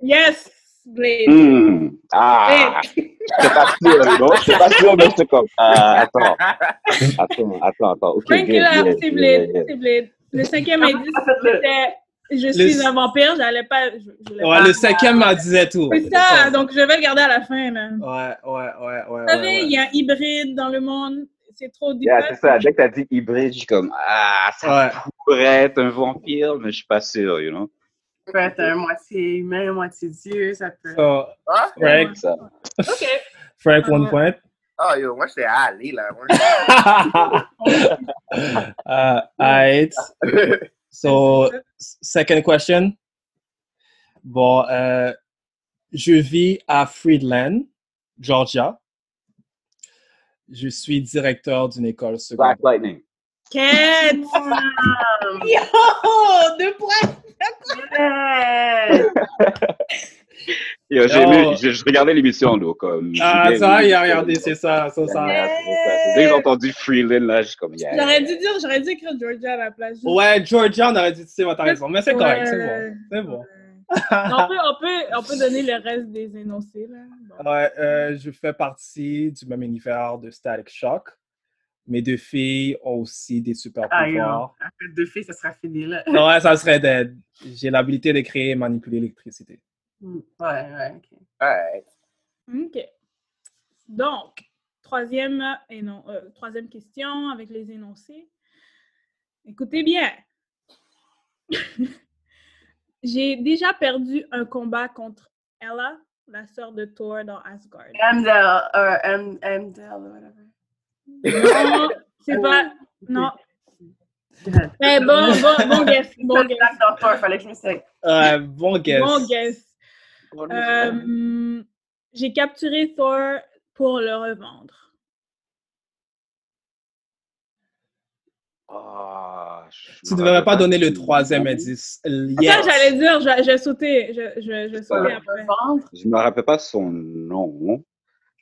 Speaker 3: Yes! Blade.
Speaker 8: Hmm. Ah. C'est pas sûr, non? C'est pas sûr, mais c'est comme. Ah, attends. Attends, attends, attends. Ok,
Speaker 3: Frank
Speaker 8: good,
Speaker 3: Miller,
Speaker 8: good,
Speaker 3: c'est
Speaker 8: good,
Speaker 3: Blade.
Speaker 8: good.
Speaker 3: c'est Blade. Le cinquième indice, c'était Je
Speaker 4: Ah, Le-
Speaker 3: suis un vampire. J'allais pas. Je, je voulais
Speaker 4: Ouais,
Speaker 3: pas-
Speaker 4: le cinquième m'a disait tout.
Speaker 3: C'est ça, donc je vais le garder à la fin. Là.
Speaker 4: Ouais, ouais, ouais, ouais.
Speaker 3: Vous
Speaker 4: ouais,
Speaker 3: savez,
Speaker 4: ouais.
Speaker 3: il y a un hybride dans le monde. C'est trop du
Speaker 8: Yeah, c'est ça. Dès que t'as dit hybride, je suis comme ah, ça pourrait être un vampire, mais je suis pas sûr, you know.
Speaker 7: Ça peut être un moitié humain, moitié dieu, ça peut.
Speaker 4: Oh,
Speaker 2: Hein?
Speaker 4: Frank,
Speaker 8: Ça.
Speaker 7: OK.
Speaker 4: Frank, one point. (laughs)
Speaker 2: Oh, yo, moi, j'étais allé, là. Moi,
Speaker 4: Uh, alright. So, s- second question. Bon, euh, je vis à Freeland, Georgia. Je suis directeur d'une école secondaire. Black
Speaker 8: Lightning.
Speaker 3: Quête! Yo! Deux points!
Speaker 8: Yo, j'ai
Speaker 4: Yo.
Speaker 8: lu- je, je regardais l'émission, donc comme.
Speaker 4: Oh. Ah,
Speaker 8: j'ai
Speaker 4: ça,
Speaker 8: lu-
Speaker 4: il a regardé, c'est ça, ça, ça.
Speaker 8: Yeah, c'est ça. Dès que j'ai entendu Freeland, là, je suis comme yeah.
Speaker 3: J'aurais dû dire, j'aurais dû écrire Georgia à la place.
Speaker 4: Ouais, Georgia, on aurait dû, c'est votre raison, mais c'est correct, c'est bon. C'est bon.
Speaker 3: euh, on, peut, on, peut, on peut donner le reste des énoncés. Là.
Speaker 4: Ouais, euh, je fais partie du même univers de Static Shock. Mes deux filles ont aussi des super
Speaker 7: Ah, yo.
Speaker 4: pouvoirs.
Speaker 7: Après deux filles, ça sera fini, là.
Speaker 4: Ouais, ça serait d'aide. J'ai l'habilité de créer et manipuler l'électricité.
Speaker 7: Mm, Ouais, ouais, OK.
Speaker 2: Ouais.
Speaker 3: OK. Donc, troisième, énon- euh, troisième question avec les énoncés. Écoutez bien. (laughs) J'ai déjà perdu un combat contre Ella, la sœur de Thor dans
Speaker 7: (laughs)
Speaker 3: Asgard.
Speaker 7: Amdel, euh, Am- Amdel, whatever.
Speaker 3: Non, c'est pas. Non. Eh, bon, bon, bon guess. Bon guess.
Speaker 7: Dans Thor, fallait que je me saigne.
Speaker 4: Euh, bon guess.
Speaker 3: Bon guess. Euh, J'ai capturé Thor pour le revendre.
Speaker 8: Ah,
Speaker 4: Tu ne devrais pas donner le troisième indice.
Speaker 3: Ça,
Speaker 4: Yes.
Speaker 3: j'allais dire, je, je vais sauter. Je, je, je sautais
Speaker 8: Ouais.
Speaker 3: après.
Speaker 8: Je me rappelle pas son nom,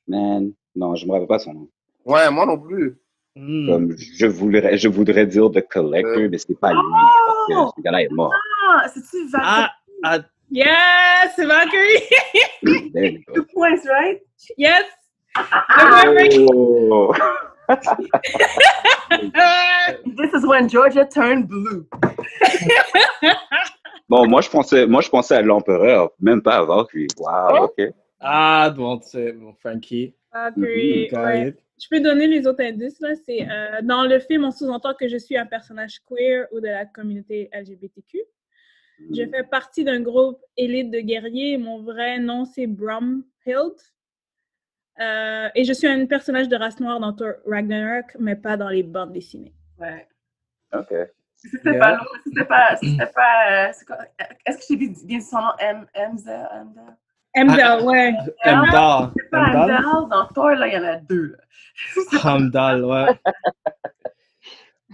Speaker 8: man. Non, je me rappelle pas son nom.
Speaker 2: Ouais, moi non plus.
Speaker 4: Hmm.
Speaker 8: Comme je voudrais, je voudrais dire The
Speaker 4: Euh.
Speaker 8: Collector, mais c'est pas lui parce
Speaker 4: Oh!
Speaker 8: que ce gars-là est mort.
Speaker 7: Ah, c'est-tu Valkyrie?
Speaker 4: ah.
Speaker 3: Yes, c'est Valkyrie.
Speaker 8: There you go.
Speaker 7: (laughs) Two points, right?
Speaker 3: Yes.
Speaker 8: Oh.
Speaker 7: (laughs) This is when Georgia turned blue.
Speaker 8: (laughs) Bon, moi je pensais, moi je pensais à l'empereur, même pas avant lui. Wow,
Speaker 7: Oh.
Speaker 8: ok.
Speaker 4: Ah, bon, c'est bon, Frankie.
Speaker 3: Valkyrie,
Speaker 4: Mhm, got
Speaker 3: Mm-hmm, ouais.
Speaker 4: it.
Speaker 3: Je peux donner les autres indices. Là. C'est, euh, dans le film, on sous-entend que je suis un personnage queer ou de la communauté LGBTQ. Je fais partie d'un groupe élite de guerriers. et Mon vrai nom, c'est Bromhild. Euh, et je suis un personnage de race noire dans Thor Ragnarok, mais pas dans les bandes dessinées.
Speaker 7: Ouais.
Speaker 8: Ok.
Speaker 7: Si C'était
Speaker 3: Yeah.
Speaker 7: pas l'autre, si Ah, c'était pas. si C'était pas euh, c'est quoi- Est-ce que j'ai dit- bien dit son nom? M- Amzel? Amdel?
Speaker 3: Amdel, ouais.
Speaker 4: Amdal.
Speaker 7: C'est pas
Speaker 4: Amdal?
Speaker 7: Amdel. Dans Thor, là, il y en a deux. là. (laughs)
Speaker 4: Hamdal, ouais.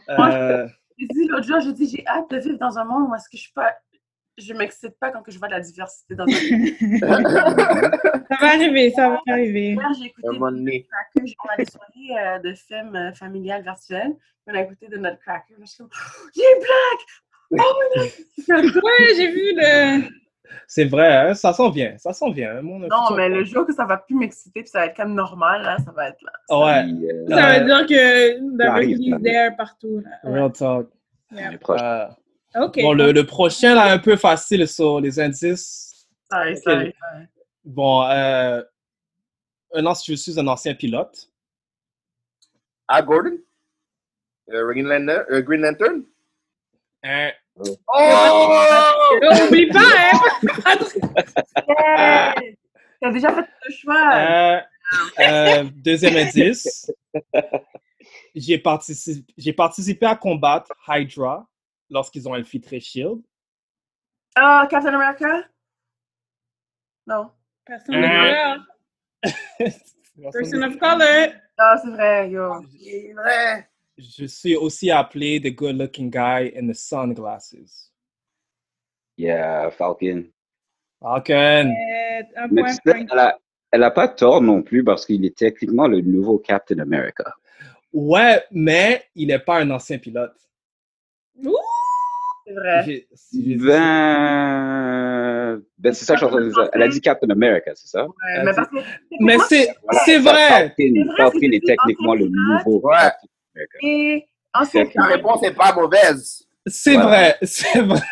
Speaker 4: Euh,
Speaker 7: J'ai dit l'autre jour, j'ai dit, j'ai hâte de vivre dans un monde où est-ce que je suis pas. Je m'excite pas quand que je vois de la diversité dans un
Speaker 3: Ça va arriver, ça va arriver.
Speaker 7: Hier, j'ai écouté
Speaker 3: Un moment donné.
Speaker 7: des Cracker, j'ai- on a des soirées euh, de films euh, familiales virtuelles. On a écouté de notre (gasps) Cracker. Je suis comme, Oh, il est black! Oh,
Speaker 3: Ouais, j'ai vu le.
Speaker 4: C'est vrai, hein, ça s'en vient, ça s'en vient. hein, mon
Speaker 7: Non, mais le jour que ça va plus m'exciter, puis ça va être comme normal, là, ça va être là.
Speaker 4: Ouais.
Speaker 8: euh,
Speaker 3: Ça veut dire que
Speaker 4: Ça arrive, ça
Speaker 3: diversity is
Speaker 4: arrive.
Speaker 3: there partout. là.
Speaker 4: Real talk.
Speaker 3: Yeah.
Speaker 4: Euh,
Speaker 3: OK. Oh,
Speaker 4: Bon, le, le prochain, là, un peu facile sur les indices.
Speaker 7: Sorry,
Speaker 4: Ok.
Speaker 7: sorry, sorry.
Speaker 4: Bon, euh, un ancien, je suis un ancien pilote.
Speaker 2: Al Ah, Gordon? Euh, Green Lantern? euh, Green Lantern?
Speaker 4: Hein.
Speaker 2: Oh!
Speaker 3: Oh, oublie pas, hein!
Speaker 7: Yes! T'as déjà fait le choix.
Speaker 4: Euh, euh, deuxième indice. J'ai partici- j'ai participé à combattre Hydra lorsqu'ils ont infiltré Shield.
Speaker 7: Ah, Captain America? Non.
Speaker 3: Personne of color. Person of color.
Speaker 7: Ah, c'est vrai, yo. C'est vrai.
Speaker 4: Je suis aussi appelé the good looking guy in the sunglasses.
Speaker 8: Yeah, euh, Falcon.
Speaker 4: Falcon.
Speaker 3: Euh, un
Speaker 8: Mais
Speaker 3: point.
Speaker 8: tu sais, elle a, elle a pas tort non plus parce qu'il est techniquement le nouveau Captain America.
Speaker 4: Ouais, mais il n'est pas un ancien pilote.
Speaker 3: Ouh!
Speaker 7: C'est vrai.
Speaker 4: J'ai-
Speaker 8: Ben, ben c'est ça que je suis en train de dire. Elle a dit Captain America, c'est ça?
Speaker 7: Ouais, mais parce que-
Speaker 4: Mais c'est c'est vrai.
Speaker 8: Falcon,
Speaker 7: vrai,
Speaker 8: Falcon
Speaker 7: c'est-
Speaker 8: est techniquement le nouveau Captain America.
Speaker 7: Et en
Speaker 8: C'est
Speaker 7: fait,
Speaker 2: Ta réponse n'est pas mauvaise.
Speaker 4: C'est
Speaker 8: Voilà.
Speaker 4: vrai, (laughs) c'est vrai.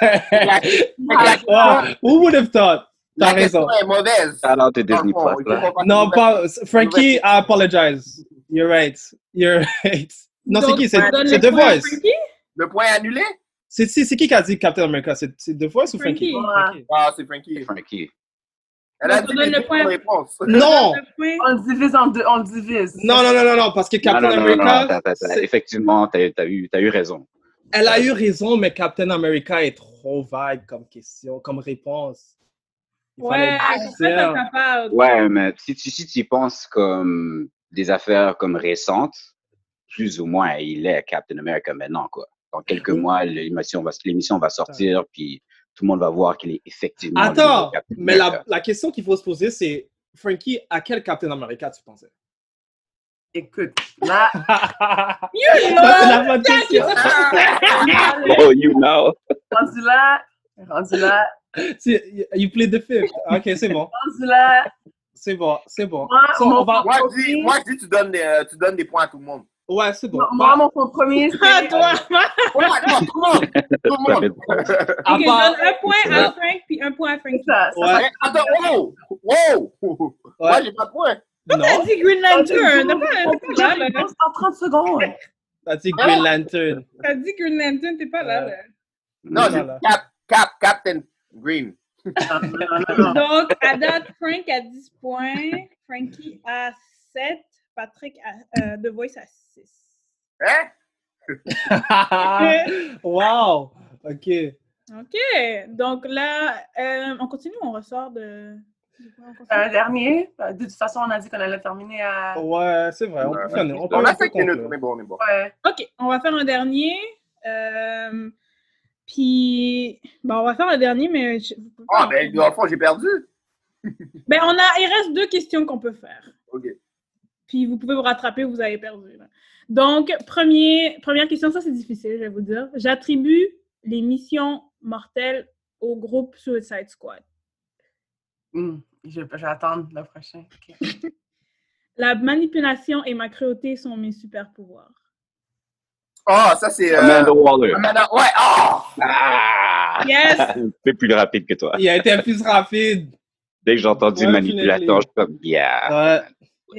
Speaker 4: (laughs)
Speaker 2: la-
Speaker 4: Ah, who would have thought? T'as
Speaker 2: La
Speaker 4: raison.
Speaker 2: question est mauvaise.
Speaker 8: Alors,
Speaker 7: Ah,
Speaker 8: t'es
Speaker 2: Dans le
Speaker 8: Ah, Disney
Speaker 2: fond,
Speaker 8: Plus,
Speaker 2: il faut
Speaker 8: là.
Speaker 2: qu'on fasse
Speaker 4: Non,
Speaker 2: une
Speaker 4: pas Frankie. I
Speaker 2: nouvelle-
Speaker 4: apologize. You're right. You're right. Non, c'est
Speaker 3: Donc,
Speaker 4: qui?
Speaker 3: on
Speaker 4: C'est
Speaker 3: donne
Speaker 4: c'est
Speaker 3: le
Speaker 4: The
Speaker 3: point à
Speaker 4: Voice.
Speaker 3: Frankie?
Speaker 2: Le point annulé?
Speaker 4: C'est c'est- c'est qui qui a dit Captain America? C'est c'est The Voice ou Frankie?
Speaker 3: Frankie.
Speaker 4: Frankie.
Speaker 2: Ah, c'est Frankie.
Speaker 8: Frankie.
Speaker 2: Elle a
Speaker 3: Donc,
Speaker 2: dit
Speaker 3: on donne
Speaker 2: les
Speaker 3: le point.
Speaker 2: bonnes réponses.
Speaker 4: Non!
Speaker 3: Le point.
Speaker 7: on le divise en deux, on le divise.
Speaker 4: Non, non, non, non, non, parce que
Speaker 8: Non,
Speaker 4: Captain
Speaker 8: non, non, non, non, attends,
Speaker 4: America,
Speaker 8: attends, attends.
Speaker 4: c'est-
Speaker 8: Effectivement, t'as as eu, t'as eu raison.
Speaker 4: elle a eu raison, mais Captain America est trop vague comme question, comme réponse. Il
Speaker 3: Ouais,
Speaker 4: fallait
Speaker 3: comme ça, ça,
Speaker 4: dire-
Speaker 3: ça parle.
Speaker 8: Ouais, mais si tu, si tu y penses comme des affaires comme récentes, plus ou moins, il est Captain America maintenant, quoi.
Speaker 4: Ben
Speaker 8: Dans quelques mois, l'émission va, l'émission va sortir, puis tout le monde va voir qu'il est effectivement le nouveau
Speaker 4: Attends,
Speaker 8: Captain
Speaker 4: mais la,
Speaker 8: America.
Speaker 4: la question qu'il faut se poser, c'est Frankie, à quel Captain America tu pensais?
Speaker 7: Écoute, là,
Speaker 3: You know!
Speaker 4: C'est la bonne question.
Speaker 8: Oh, you (laughs) know!
Speaker 7: rendu là, rendu là,
Speaker 4: C'est- You played the fifth. Ok, c'est bon.
Speaker 7: rendu là.
Speaker 4: C'est bon, c'est bon.
Speaker 7: Moi,
Speaker 4: So,
Speaker 7: mon-
Speaker 4: on va-
Speaker 2: Moi, je dis, moi, je dis, tu donnes des, euh, tu donnes des points à tout le monde.
Speaker 4: Ouais, c'est bon.
Speaker 7: Moi, mon compromis,
Speaker 3: À
Speaker 7: c'est
Speaker 3: Ah, toi!
Speaker 2: Ouais, non, tout le monde! Tout le
Speaker 8: Ça fait
Speaker 2: monde!
Speaker 4: À
Speaker 3: Ok,
Speaker 4: part-
Speaker 3: donne un point à Frank, puis un point à Frankie.
Speaker 7: ça. ça.
Speaker 4: Ouais.
Speaker 2: Attends, wow! Wow! Moi, j'ai pas de points.
Speaker 3: T'as
Speaker 4: Non,
Speaker 3: dit Green Lantern! T'as pas- t'es pas là, là.
Speaker 7: réponse en 30 secondes.
Speaker 4: t'as dit Green Lantern.
Speaker 3: T'as dit Green Lantern, t'es pas là, là.
Speaker 2: Non, j'ai
Speaker 4: Voilà.
Speaker 2: dit Cap, Cap, Captain Green.
Speaker 7: Non, non, non, non.
Speaker 3: Donc, à date, Frank à 10 points, Frankie à 7, Patrick à euh, The Voice à 6.
Speaker 2: Hein?
Speaker 4: wow! Ok.
Speaker 3: OK. Donc là, euh, on continue ou on ressort de. du point, on continue?
Speaker 7: Un dernier. Euh, De toute façon, on a dit qu'on allait terminer à.
Speaker 4: Ouais, c'est vrai, on peut finir. On peut,
Speaker 2: On a
Speaker 4: on peut
Speaker 2: cinq minutes,
Speaker 4: conclure.
Speaker 2: on est bon, on est bon.
Speaker 7: Ouais.
Speaker 3: OK, on va faire un dernier. Euh, puis, bon, on va faire un dernier, mais. je-
Speaker 2: Ah, ben, dans le fond, j'ai perdu.
Speaker 3: Ben, on a, il reste deux questions qu'on peut faire.
Speaker 2: OK.
Speaker 3: Puis vous pouvez vous rattraper, vous avez perdu. là. Donc, premier, première question, ça c'est difficile, je vais vous dire. J'attribue les missions mortelles au groupe Suicide Squad.
Speaker 7: Hum, Je, je vais attendre le prochain. Ok.
Speaker 3: (laughs) La manipulation et ma cruauté sont mes super pouvoirs.
Speaker 2: Ah, ça, c'est... Euh,
Speaker 8: Amanda Waller.
Speaker 2: Amanda- ouais, ah!
Speaker 8: Ah!
Speaker 3: Yes!
Speaker 8: Un peu plus rapide que toi.
Speaker 4: Il a été plus rapide.
Speaker 8: Dès que j'ai entendu
Speaker 4: Ouais,
Speaker 8: manipulateur, je suis comme, yeah.
Speaker 4: Ouais.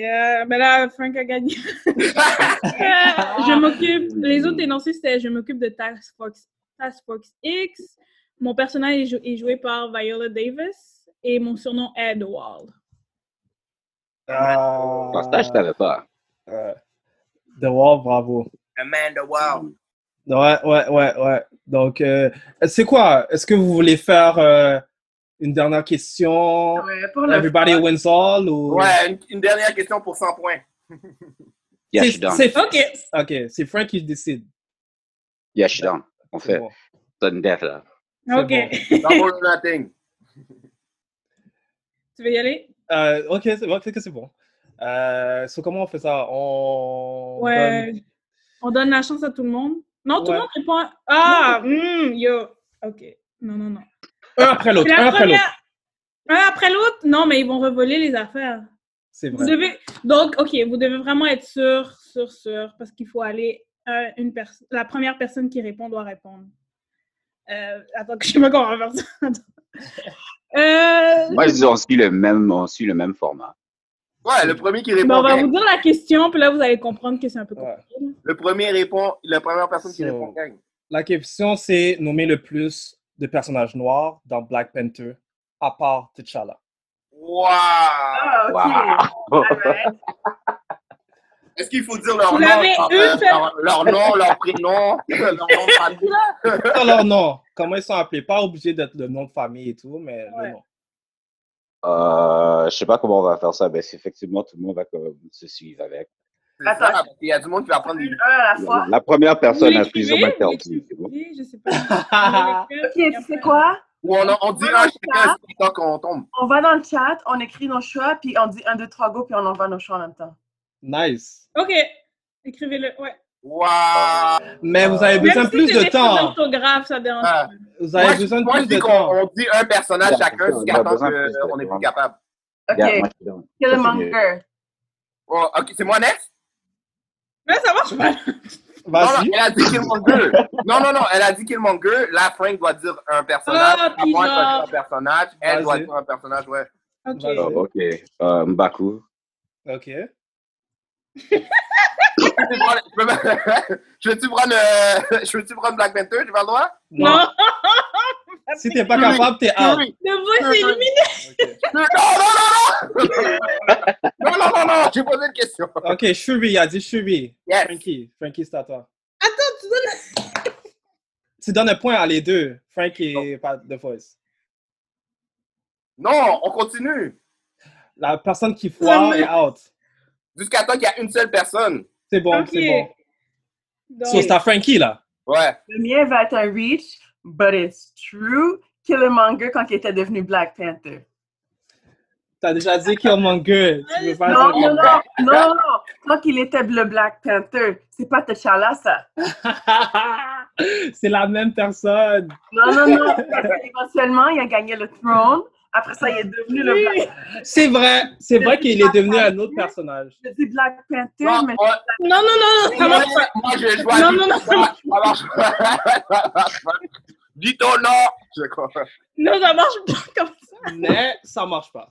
Speaker 3: Yeah, ben là, Frank a gagné. je m'occupe. Les autres énoncés, c'était je m'occupe de Task Force, Task Force X. Mon personnage est, jou- est joué par Viola Davis et mon surnom est The Wall.
Speaker 4: Ah.
Speaker 8: Alors, ça, je savais pas.
Speaker 4: Ouais. The Wall, bravo.
Speaker 2: Amanda Wow.
Speaker 4: Ouais, ouais, ouais, ouais. Donc, euh, c'est quoi? Est-ce que vous voulez faire euh, une dernière question?
Speaker 7: Ouais, pour le
Speaker 4: Everybody
Speaker 7: fun.
Speaker 4: wins all ou...
Speaker 2: Ouais, une, une dernière question pour 100 points.
Speaker 8: Yeah, je suis
Speaker 4: c'est,
Speaker 8: down.
Speaker 4: c'est,
Speaker 3: Ok.
Speaker 4: ok, c'est Frank qui décide.
Speaker 8: Yeah, je suis down. On
Speaker 4: C'est
Speaker 8: fait
Speaker 4: bon.
Speaker 8: sudden death, là.
Speaker 4: C'est
Speaker 3: Ok.
Speaker 4: bon.
Speaker 2: Double or nothing.
Speaker 3: Tu veux y aller?
Speaker 4: Euh, ok, c'est bon. Peut-être que c'est bon. Euh, so comment on fait ça? On
Speaker 3: Ouais.
Speaker 4: donne-
Speaker 3: On donne la chance à tout le monde. Non, tout
Speaker 4: Ouais.
Speaker 3: le monde répond. Ah, hum, yo. OK. Non, non, non.
Speaker 4: Un après l'autre,
Speaker 3: C'est
Speaker 4: un
Speaker 3: la
Speaker 4: après l'autre.
Speaker 3: première. Un après l'autre? Non, mais ils vont revoler les affaires.
Speaker 4: C'est
Speaker 3: Vous
Speaker 4: vrai.
Speaker 3: devez... Donc, OK, vous devez vraiment être sûr, sûr, sûr, parce qu'il faut aller à une personne. La première personne qui répond doit répondre. Euh, attends, que je sais pas comment on va faire ça. Attends. (laughs) Euh,
Speaker 8: Moi, je dis, on suit le même, on suit le même format.
Speaker 2: Ouais, le premier qui répond.
Speaker 3: bon, on va
Speaker 2: bien.
Speaker 3: vous dire la question, puis là, vous allez comprendre que c'est un peu compliqué.
Speaker 2: Le premier répond, la première personne qui
Speaker 4: So-
Speaker 2: répond gagne.
Speaker 4: La question, c'est nommer le plus de personnages noirs dans Black Panther, à part T'Challa.
Speaker 2: Wow!
Speaker 7: Ah,
Speaker 4: Wow.
Speaker 2: Est-ce qu'il faut dire leur
Speaker 4: Vous
Speaker 2: nom,
Speaker 4: l'avez
Speaker 2: leur,
Speaker 4: eu,
Speaker 2: euh,
Speaker 4: fait-
Speaker 2: leur, leur nom, leur prénom, (laughs) leur nom de famille?
Speaker 4: Pas leur nom. Ah Comment ils sont appelés? Pas obligé d'être le nom de famille et tout, mais le nom.
Speaker 8: Euh, je sais pas comment on va faire ça, mais c'est effectivement, tout le monde va comme se suivre avec.
Speaker 2: Attends, il y a du monde qui va prendre des...
Speaker 7: à la fois.
Speaker 8: La première (laughs) personne à
Speaker 2: l'écrivez,
Speaker 8: plusieurs
Speaker 2: vous
Speaker 8: interdits. c'est bon.
Speaker 3: Je
Speaker 7: (laughs)
Speaker 3: sais pas.
Speaker 7: Ah. ok, tu sais quoi?
Speaker 2: Ou on, on dit un chacun c'est quand qu'on tombe.
Speaker 7: On va dans le chat, on écrit nos choix, puis on dit un, deux, trois, go, puis on envoie nos choix en même temps.
Speaker 4: (laughs) Nice.
Speaker 3: OK, écrivez-le. Ouais.
Speaker 2: Waouh!
Speaker 4: Eh, Mais vous avez besoin
Speaker 3: Même si
Speaker 4: plus
Speaker 3: c'est
Speaker 4: de
Speaker 3: des fautes
Speaker 4: temps.
Speaker 3: d'orthographe, ça dérange
Speaker 7: Ah.
Speaker 3: pas.
Speaker 4: Vous avez
Speaker 2: Moi, je-
Speaker 4: besoin de
Speaker 2: moi, je
Speaker 4: plus
Speaker 2: dis
Speaker 4: de
Speaker 2: qu'on-
Speaker 4: temps.
Speaker 2: On dit un personnage
Speaker 4: Ouais,
Speaker 2: chacun
Speaker 4: on a
Speaker 2: jusqu'à temps
Speaker 4: besoin
Speaker 2: qu'on n'est plus capable.
Speaker 7: Ok.
Speaker 8: Yeah, moi, je suis down. Ça, c'est mieux.
Speaker 7: Killmonger.
Speaker 2: Oh, ok, c'est moi next?
Speaker 3: Non, ça marche pas.
Speaker 4: Ah,
Speaker 2: Non, non, elle a dit Killmonger. non, non, non, elle a dit Killmonger. Là, Frank doit dire un personnage.
Speaker 3: Ah,
Speaker 2: Ah, moi, je dois
Speaker 3: Peanut.
Speaker 2: dire un personnage. Elle doit
Speaker 4: Vas-y.
Speaker 2: dire un personnage, ouais.
Speaker 3: OK.
Speaker 8: Oh, ok. Euh, Mbaku.
Speaker 4: OK.
Speaker 2: Je peux prendre- je peux pas- (laughs) je veux-tu prendre, euh, je veux-tu prendre Black Panther? Tu vas le droit?
Speaker 4: Non. Si t'es pas capable, t'es out.
Speaker 3: Le vote, c'est éliminé.
Speaker 2: Non, non, non, (laughs) non! Non, non, non, non, j'ai posé une question.
Speaker 4: OK, Shuri, il a dit Shuri.
Speaker 2: Yes.
Speaker 4: Frankie, Frankie, c'est à toi.
Speaker 3: Attends, tu donnes.
Speaker 4: (laughs) Tu donnes un point à les deux, Frankie et Pat The Voice.
Speaker 2: Non, on continue.
Speaker 4: La personne qui foire est out.
Speaker 2: Jusqu'à temps qu'il y a une seule personne.
Speaker 4: C'est bon,
Speaker 7: Ok.
Speaker 4: c'est bon.
Speaker 7: Donc-
Speaker 4: So, c'est à Frankie, là.
Speaker 2: Ouais.
Speaker 7: Le mien va être un reach, but it's true. Killmonger quand il était devenu Black Panther.
Speaker 4: T'as déjà dit Killmonger. Tu veux faire
Speaker 7: Non,
Speaker 4: ça?
Speaker 7: non, non, non, non. Quand il était le Black Panther, c'est pas T'Challa, ça.
Speaker 4: (laughs) C'est la même personne.
Speaker 7: Non, non,
Speaker 3: (laughs)
Speaker 7: non. Éventuellement, il a gagné le throne. Après ça, il est devenu le Black
Speaker 4: C'est vrai. C'est vrai qu'il est devenu un autre personnage.
Speaker 7: Je dis Black Panther,
Speaker 2: Non,
Speaker 7: mais...
Speaker 2: on-
Speaker 3: Non, non, non, non, ça marche pas.
Speaker 2: Moi, je vais
Speaker 3: Non, non, non, ça marche
Speaker 2: Ça marche pas. Dis ton nom. Je crois.
Speaker 3: Non, ça marche pas comme ça.
Speaker 4: Mais ça marche pas.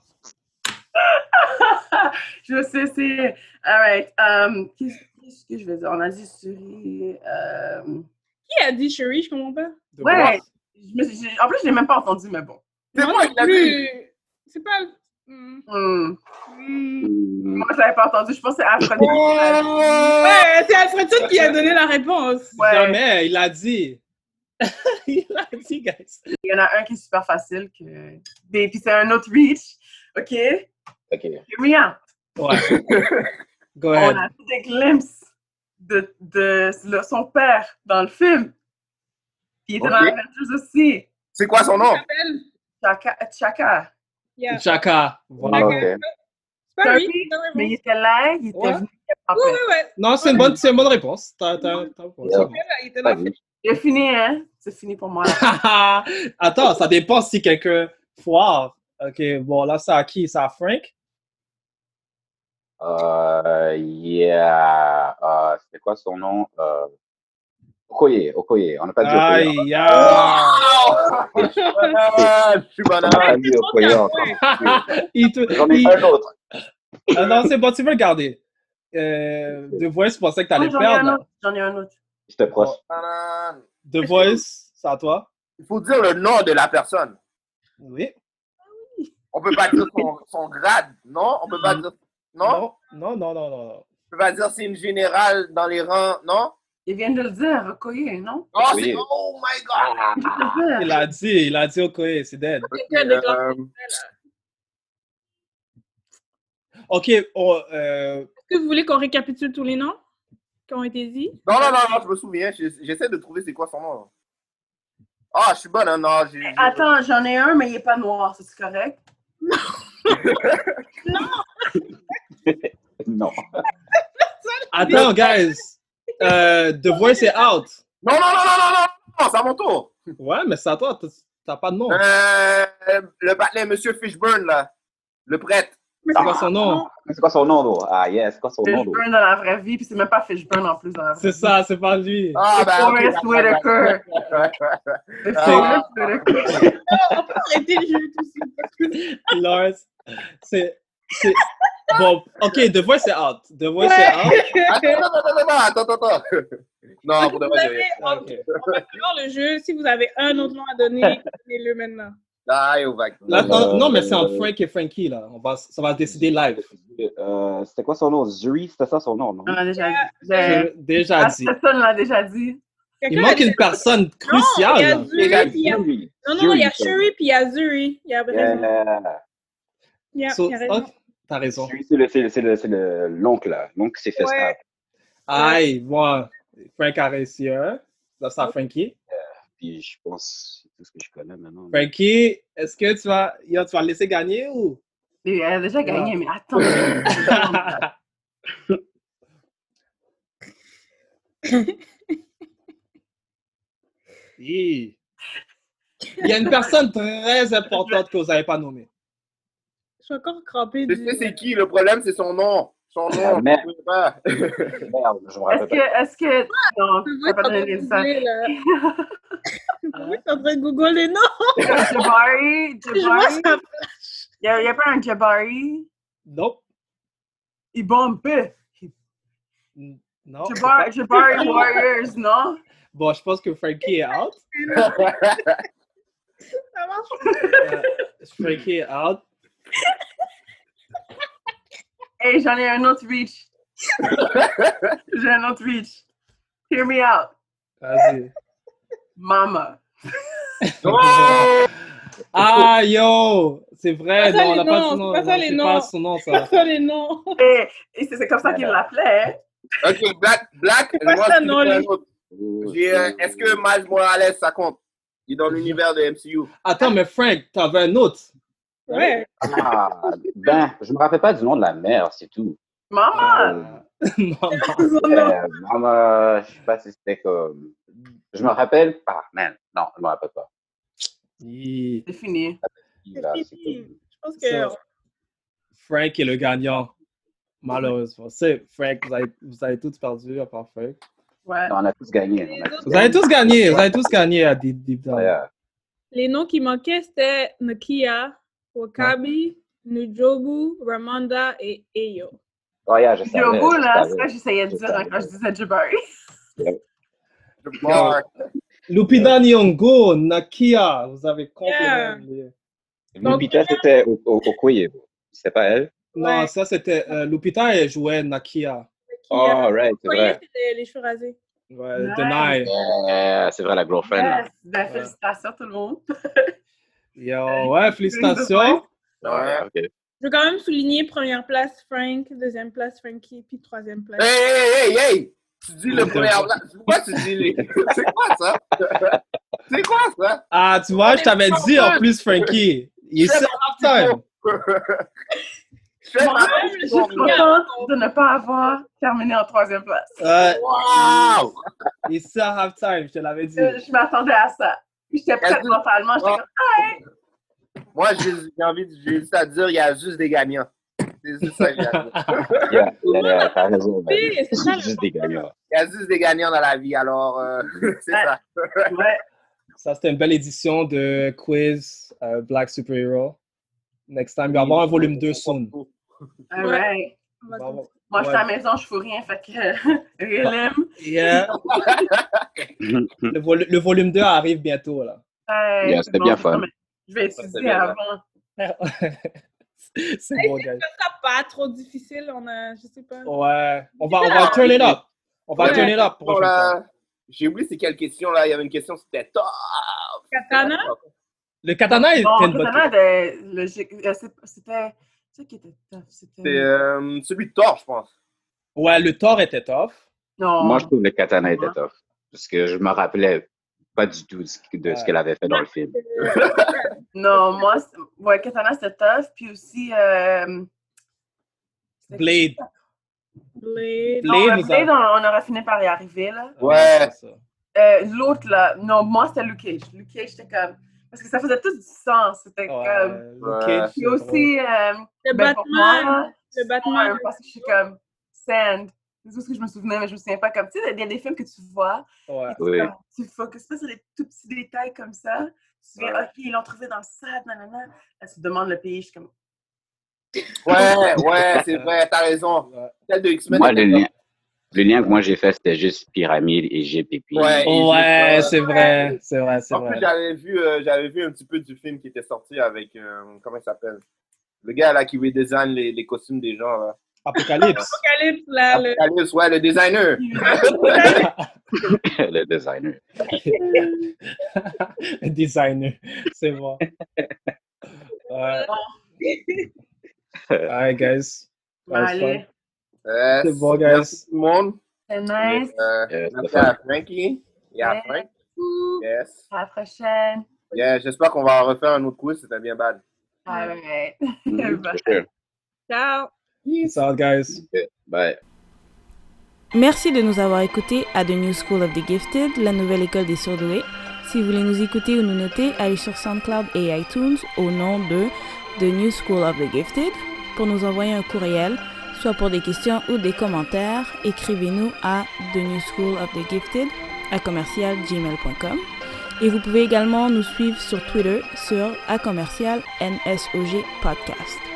Speaker 7: je sais, c'est. All right. um, Qu'est-ce qu'est-ce que je vais dire? On a dit Suri. um,
Speaker 3: Qui a dit Sherry? Je comprends pas.
Speaker 7: Ouais. Je me suis- j'ai- en plus, je l'ai même pas entendu, mais bon.
Speaker 2: C'est
Speaker 3: moi qui l'ai dit. C'est pas.
Speaker 7: Hmm. Moi, je l'avais pas entendu. Je pense que c'est Alfred.
Speaker 3: Ouais, c'est Alfredson qui a donné la réponse.
Speaker 4: Jamais, il a dit. (laughs) il a dit, guys.
Speaker 7: Il y en a un qui est super facile. Que... Des- Puis c'est un autre reach. OK?
Speaker 8: Ok.
Speaker 7: Rien.
Speaker 4: Ouais. Go
Speaker 7: On
Speaker 4: ahead.
Speaker 7: a vu des glimpses de, de, le- son père dans le film. Puis il était dans
Speaker 4: Ok.
Speaker 7: Avengers aussi.
Speaker 2: C'est quoi son nom?
Speaker 7: Chaka. Chaka.
Speaker 3: Yeah.
Speaker 4: Chaka.
Speaker 8: Ah,
Speaker 4: Voilà.
Speaker 3: C'est pas lui.
Speaker 7: Mais il était là, il était
Speaker 4: Ouais.
Speaker 7: venu.
Speaker 3: Oui, oui, oui.
Speaker 4: Non, c'est une bonne, c'est une bonne réponse. T'as, t'as, t'as- c'est bon.
Speaker 3: Il était là.
Speaker 7: J'ai fini, hein? C'est fini pour moi.
Speaker 4: (laughs) Attends, ça dépend si quelqu'un foire. Ok, bon, là, c'est à qui? C'est à Frank?
Speaker 8: Euh, yeah. Euh, C'était quoi son nom? Euh, Okoye, Okoye. On n'a pas dit Okoye. hein.
Speaker 4: Aïe, aïe.
Speaker 2: Je suis
Speaker 8: On n'a
Speaker 2: malade.
Speaker 8: pas dit Okoye encore.
Speaker 4: (laughs) Il te-
Speaker 8: J'en ai
Speaker 4: il-
Speaker 8: pas d'autre.
Speaker 4: Ah non, c'est bon, tu veux le garder. Euh, The Voice, je pensais que t'allais
Speaker 7: Oh, J'en ai un
Speaker 4: perdre.
Speaker 7: autre. J'en ai un autre.
Speaker 8: J'étais proche.
Speaker 2: Tadam.
Speaker 4: The Voice, c'est à toi.
Speaker 2: Il faut dire le nom de la personne.
Speaker 4: Oui.
Speaker 2: On peut pas dire son, son grade, non? On peut pas dire. Non?
Speaker 4: Non, non, non, non. non.
Speaker 2: On peut pas dire c'est une générale dans les rangs, non?
Speaker 7: Il vient de le dire, Okoye, non?
Speaker 2: Oh,
Speaker 4: Oui.
Speaker 2: c'est. Oh my god!
Speaker 7: Ah.
Speaker 4: Il a dit, il a dit OK, c'est dead.
Speaker 2: Euh,
Speaker 4: OK, on, euh,
Speaker 3: Est-ce que vous voulez qu'on récapitule tous les noms qui ont été dits?
Speaker 2: Non, non, non, non, je me souviens. j'ai- J'essaie de trouver c'est quoi son nom. Ah, je suis bonne, hein, non. j'ai- j'ai-
Speaker 7: Attends, j'en ai un, mais il n'est pas noir, c'est correct?
Speaker 2: Oh.
Speaker 8: Non.
Speaker 4: attends, guys. Euh, The Voice est out.
Speaker 2: Non, non, non, non, non, non, non, c'est à mon tour.
Speaker 4: Ouais, mais c'est à toi. t- T'as pas de nom.
Speaker 2: Ah. Euh, le Batman, Monsieur Fishburne, là. Le prêtre.
Speaker 3: Ah,
Speaker 4: Mais c'est quoi son nom?
Speaker 8: C'est quoi son nom, là? Ah, yes, c'est quoi son nom, là?
Speaker 7: Fishburne dans la vraie vie, puis c'est même pas Fishburne en plus dans la vraie
Speaker 4: C'est ça, c'est pas lui.
Speaker 2: Ah, ben.
Speaker 7: Forest
Speaker 2: ok.
Speaker 7: Whitaker. vie.
Speaker 4: Ah.
Speaker 7: Forest Whitaker.
Speaker 3: Oh, Arrêtez le jeu tout de suite.
Speaker 4: Lars, c'est. c'est- Bon, ok, The Voice est out. The Voice est out.
Speaker 2: Attends, attends, attends, attends, attends, attends. (laughs) Non, Ah, pour de
Speaker 3: Vous
Speaker 2: vrai,
Speaker 3: avez,
Speaker 2: j'ai-
Speaker 4: Ah,
Speaker 3: en, en maintenant le jeu, si vous avez un autre nom à donner, donnez-le maintenant.
Speaker 2: Ah, yo, vague.
Speaker 4: Là, non, non, mais c'est
Speaker 8: Euh,
Speaker 4: entre Frank et Frankie, là. On va, ça va se décider live.
Speaker 8: Euh, c'était quoi son nom? Zuri, c'était ça son nom, non?
Speaker 2: Ah,
Speaker 7: On l'a déjà dit.
Speaker 4: Je l'ai
Speaker 7: Je-
Speaker 4: déjà
Speaker 7: Ah,
Speaker 4: dit.
Speaker 7: Personne l'a déjà dit.
Speaker 4: Il manque une personne
Speaker 3: il y a
Speaker 4: cruciale.
Speaker 3: Zuri, puis il y a- Non, non, non, il y a Shuri puis il y a Zuri. Il y a raison.
Speaker 8: Yeah.
Speaker 3: Il y a,
Speaker 4: So-
Speaker 3: il y a raison.
Speaker 4: oh, T'as raison.
Speaker 8: Zuri, c'est le- c'est le- c'est le- c'est le- l'oncle, là. L'oncle, c'est fait
Speaker 3: Ouais.
Speaker 4: Aïe, moi, Frank a réussi un. Là, c'est à Frankie.
Speaker 8: Puis je pense, c'est tout ce que je connais maintenant.
Speaker 4: Frankie, est-ce que tu vas, yo, tu vas le laisser gagner ou?
Speaker 7: Il a déjà
Speaker 4: (laughs)
Speaker 7: gagné, mais attends.
Speaker 4: Hi. Il y a une personne très importante que vous n'avez pas nommée.
Speaker 3: Je suis encore crampée
Speaker 2: Je
Speaker 3: du.
Speaker 2: sais c'est qui, le problème, c'est son nom. Son nom.
Speaker 8: Ah, merde.
Speaker 2: je sais pas.
Speaker 8: Merde, je me
Speaker 7: Est-ce
Speaker 8: rappelle pas.
Speaker 7: que. Est-ce que... Non,
Speaker 3: Vous
Speaker 7: tu vas
Speaker 3: êtes en
Speaker 7: pas
Speaker 3: train
Speaker 7: donner
Speaker 3: de
Speaker 7: l'instant.
Speaker 3: googler, là.
Speaker 7: (laughs)
Speaker 3: Vous êtes en train de googler les noms.
Speaker 7: Jabari,
Speaker 3: Je vois
Speaker 7: Jabari.
Speaker 3: ça.
Speaker 7: Il n'y a, pas un Jabari.
Speaker 4: Nope.
Speaker 7: Il bombe.
Speaker 4: Non. (laughs) c'est pas-
Speaker 7: Jabari, Jabari Warriors, non?
Speaker 4: Bon, je pense que Frankie est out.
Speaker 3: Ça marche.
Speaker 4: Euh, Frankie est out.
Speaker 7: Hey, j'en ai un autre reach. J'ai un autre reach. Hear me out.
Speaker 4: Vas-y.
Speaker 7: Mama.
Speaker 2: Oh!
Speaker 4: Ah, yo! C'est vrai,
Speaker 3: C'est pas ça
Speaker 4: non, on
Speaker 3: les
Speaker 4: n'a pas
Speaker 3: noms,
Speaker 4: son nom.
Speaker 3: c'est pas ça
Speaker 4: non,
Speaker 3: les
Speaker 4: c'est pas
Speaker 3: noms.
Speaker 4: son nom,
Speaker 3: C'est pas
Speaker 4: ça.
Speaker 3: ça les noms.
Speaker 7: Et, et c'est c'est comme ça qu'il l'appelait. hein?
Speaker 2: Ok, Black, Black,
Speaker 3: pas
Speaker 2: moi,
Speaker 3: ça,
Speaker 2: je
Speaker 3: non,
Speaker 2: connais un
Speaker 3: lui.
Speaker 2: autre.
Speaker 8: Oh,
Speaker 2: J'ai, euh, Est-ce que Miles Morales, ça compte? Il est dans l'univers de MCU.
Speaker 4: Attends, mais Frank, t'avais un autre. (laughs)
Speaker 3: Ouais.
Speaker 8: Ah, ben, je me rappelle pas du nom de la mère, c'est tout.
Speaker 7: Mama.
Speaker 8: Euh,
Speaker 4: Maman.
Speaker 8: Euh, maman, je sais pas si c'était comme. Je me rappelle. Ah, man, non, je me rappelle pas.
Speaker 4: Hi.
Speaker 7: C'est fini.
Speaker 8: Il
Speaker 3: C'est
Speaker 8: a- c'est
Speaker 3: fini.
Speaker 8: comme-
Speaker 3: Je pense que.
Speaker 4: So, Frank est le gagnant, malheureusement. C'est Frank, vous avez, vous avez tous perdu à part Frank.
Speaker 7: Ouais.
Speaker 8: Non, on a tous gagné. On a tous
Speaker 4: Vous avez tous gagné, vous avez tous gagné à Deep Deep Down.
Speaker 8: Ouais,
Speaker 3: Les noms qui manquaient, c'était Nakia, Wakabi, Nujobu, Ramanda et Eyo.
Speaker 8: Ouais, yeah, je savais.
Speaker 7: Yobo,
Speaker 8: je
Speaker 7: là,
Speaker 8: savais.
Speaker 7: c'est ça que j'essayais de
Speaker 8: Je
Speaker 7: dire hein, quand je
Speaker 8: savais.
Speaker 7: disais Jabari.
Speaker 2: Bar.
Speaker 4: Lupita Nyong'o, Nakia, vous avez complètement
Speaker 3: Yeah.
Speaker 4: oublié.
Speaker 8: Lupita, c'était au, au, au Koye, bro. C'était pas elle?
Speaker 4: Non,
Speaker 3: Ouais.
Speaker 4: ça c'était euh, Lupita elle jouait Nakia.
Speaker 8: Oh, right, c'est
Speaker 3: Vous voyez,
Speaker 8: vrai.
Speaker 3: c'était les cheveux rasés.
Speaker 4: Ouais,
Speaker 7: Nice.
Speaker 4: Deny.
Speaker 8: Yeah, c'est vrai, la girlfriend. là.
Speaker 7: Yes. Ben, félicitations tout le monde.
Speaker 4: Yo, (laughs) ouais, félicitations.
Speaker 2: Ouais.
Speaker 8: Ouais, ok.
Speaker 3: Je veux quand même souligner première place Frank, deuxième place Frankie, puis troisième
Speaker 2: Hey,
Speaker 7: Ben,
Speaker 3: place.
Speaker 2: hey, hey, hey! Tu dis le premier Black. Pourquoi tu dis les. (laughs) C'est quoi ça? C'est quoi ça? (laughs)
Speaker 4: Ah, tu vois, je t'avais
Speaker 2: Mais
Speaker 4: dit en
Speaker 2: non,
Speaker 4: plus, Frankie. Il est
Speaker 2: Je sais
Speaker 4: sur halftime.
Speaker 2: Fais ma
Speaker 7: Moi-même, je suis contente de ne pas avoir terminé en troisième place.
Speaker 4: Ouais,
Speaker 2: Wow!
Speaker 4: il est sur halftime, je te l'avais dit.
Speaker 7: Euh, Je, je m'attendais à ça. J'étais prête
Speaker 2: Est-ce-
Speaker 7: mentalement. J'étais comme,
Speaker 2: Moi, j'ai j'ai envie de j'ai juste à dire, il y a juste des gagnants. C'est juste ça que j'ai à dire. (laughs)
Speaker 8: Yeah, yeah, yeah, t'as raison. man.
Speaker 3: Oui, c'est ça,
Speaker 8: Juste des gagnants.
Speaker 2: Il y a juste des gagnants dans la vie, alors euh, (laughs) c'est ça.
Speaker 7: ouais.
Speaker 4: Ça, c'était une belle édition de quiz euh, Black Superhero. Next time, il va y avoir un volume 2 soon.
Speaker 7: All right.
Speaker 3: On
Speaker 4: Il
Speaker 3: va
Speaker 4: va y avoir-
Speaker 7: Moi, je suis à
Speaker 4: Ouais.
Speaker 7: la maison, je fous rien. Fait que, (laughs) Relem.
Speaker 4: (laughs) Yeah. Le, volu- le volume 2 arrive bientôt, là.
Speaker 7: Ouais,
Speaker 8: Yeah,
Speaker 7: c'est
Speaker 8: c'était bien fun.
Speaker 7: mais Je vais
Speaker 4: c'était
Speaker 7: étudier
Speaker 4: bien, ouais.
Speaker 7: avant.
Speaker 4: (laughs) C'est bon, guys.
Speaker 3: faire ça pas trop difficile, on a, je sais pas.
Speaker 4: Ouais. On va, on va turn it up. On va
Speaker 3: Ouais.
Speaker 4: turn it up.
Speaker 2: Bon,
Speaker 4: prochaine fois.
Speaker 2: là, J'ai oublié c'est quelle question là. Il y avait une question, c'était top.
Speaker 3: Katana?
Speaker 4: Le katana est
Speaker 7: Bon,
Speaker 4: une bonne
Speaker 7: totalement, de- le- j'ai- euh, c'est- c'était. C'est ça qui était tough.
Speaker 2: C'est
Speaker 7: C'était.
Speaker 2: euh, celui de Thor, je pense.
Speaker 4: Ouais, le tort était tough.
Speaker 7: Non.
Speaker 8: Moi, je trouve que le katana était tough. Parce que je me rappelais pas du tout de ce que- de ce
Speaker 4: Ouais.
Speaker 8: qu'elle avait fait dans le film.
Speaker 7: (laughs) Non, moi, c'est- ouais, Katana, c'était tough. Puis aussi. Euh... c'était-
Speaker 4: Blade.
Speaker 3: Blade.
Speaker 7: Non,
Speaker 4: Blade
Speaker 7: euh,
Speaker 4: nous a-
Speaker 7: Blade, on, on aurait fini par y arriver, là.
Speaker 2: Ouais.
Speaker 4: c'est ça.
Speaker 7: Euh, L'autre, là, non, moi, c'était Luke Cage. Luke Cage, c'était comme. Parce que ça faisait tout du sens. C'était comme.
Speaker 4: ok,
Speaker 7: Puis aussi. euh,
Speaker 9: Le
Speaker 7: ben, pour
Speaker 9: Batman,
Speaker 7: moi,
Speaker 9: le Batman.
Speaker 7: ouais, parce que je suis comme. Sand. C'est tout ce que je me souvenais, mais je me souviens pas. Comme, tu sais, il y a des films que tu vois,
Speaker 4: Ouais.
Speaker 8: Oui.
Speaker 7: tu ne focuses pas sur des tout petits détails comme ça. Tu te dis,
Speaker 4: Ouais.
Speaker 7: OK, ils l'ont trouvé dans le sable, nanana. Là, tu te demandes le pays, je suis comme.
Speaker 2: Ouais, ouais, c'est vrai, t'as raison. Celle de X-Men.
Speaker 8: Moi,
Speaker 2: était
Speaker 8: le
Speaker 2: comme-
Speaker 8: lien, le lien que moi j'ai fait, c'était juste pyramide, Égypte et puis.
Speaker 2: Ouais,
Speaker 4: Ouais,
Speaker 2: Égypte,
Speaker 4: c'est
Speaker 2: ouais.
Speaker 4: vrai, c'est vrai, c'est
Speaker 2: En plus,
Speaker 4: vrai.
Speaker 2: j'avais vu, euh, j'avais vu un petit peu du film qui était sorti avec. euh, comment il s'appelle Le gars là qui redesign les, les costumes des gens. Là.
Speaker 4: Apocalypse. (laughs)
Speaker 9: Apocalypse, là,
Speaker 7: (laughs)
Speaker 9: le...
Speaker 2: Apocalypse, ouais, le designer.
Speaker 8: (laughs) le designer.
Speaker 4: Designer, (laughs) c'est bon. Ouais. Alright, guys. That was fun.
Speaker 7: Allez.
Speaker 2: Yes.
Speaker 4: C'est bon, guys.
Speaker 2: Euh, Merci tout le monde.
Speaker 7: C'est nice.
Speaker 2: Euh,
Speaker 8: Yes,
Speaker 2: merci
Speaker 8: c'est
Speaker 2: à
Speaker 8: fun.
Speaker 2: Frankie et à
Speaker 7: Yes.
Speaker 2: Frank.
Speaker 7: Ouh.
Speaker 2: Yes.
Speaker 7: À la prochaine.
Speaker 2: Yeah, J'espère qu'on va en refaire un autre coup, c'était bien bad.
Speaker 7: All right.
Speaker 8: Mm,
Speaker 7: Bye.
Speaker 8: for sure.
Speaker 9: Ciao!
Speaker 4: Peace out, guys.
Speaker 8: Yeah, Bye.
Speaker 3: Merci de nous avoir écoutés à The New School of the Gifted, la nouvelle école des surdoués. Si vous voulez nous écouter ou nous noter, allez sur SoundCloud et iTunes au nom de The New School of the Gifted pour nous envoyer un courriel, soit pour des questions ou des commentaires. Écrivez-nous à The New School of the Gifted à commercialgmail.com. Et vous pouvez également nous suivre sur Twitter sur à commercial NSOG Podcast.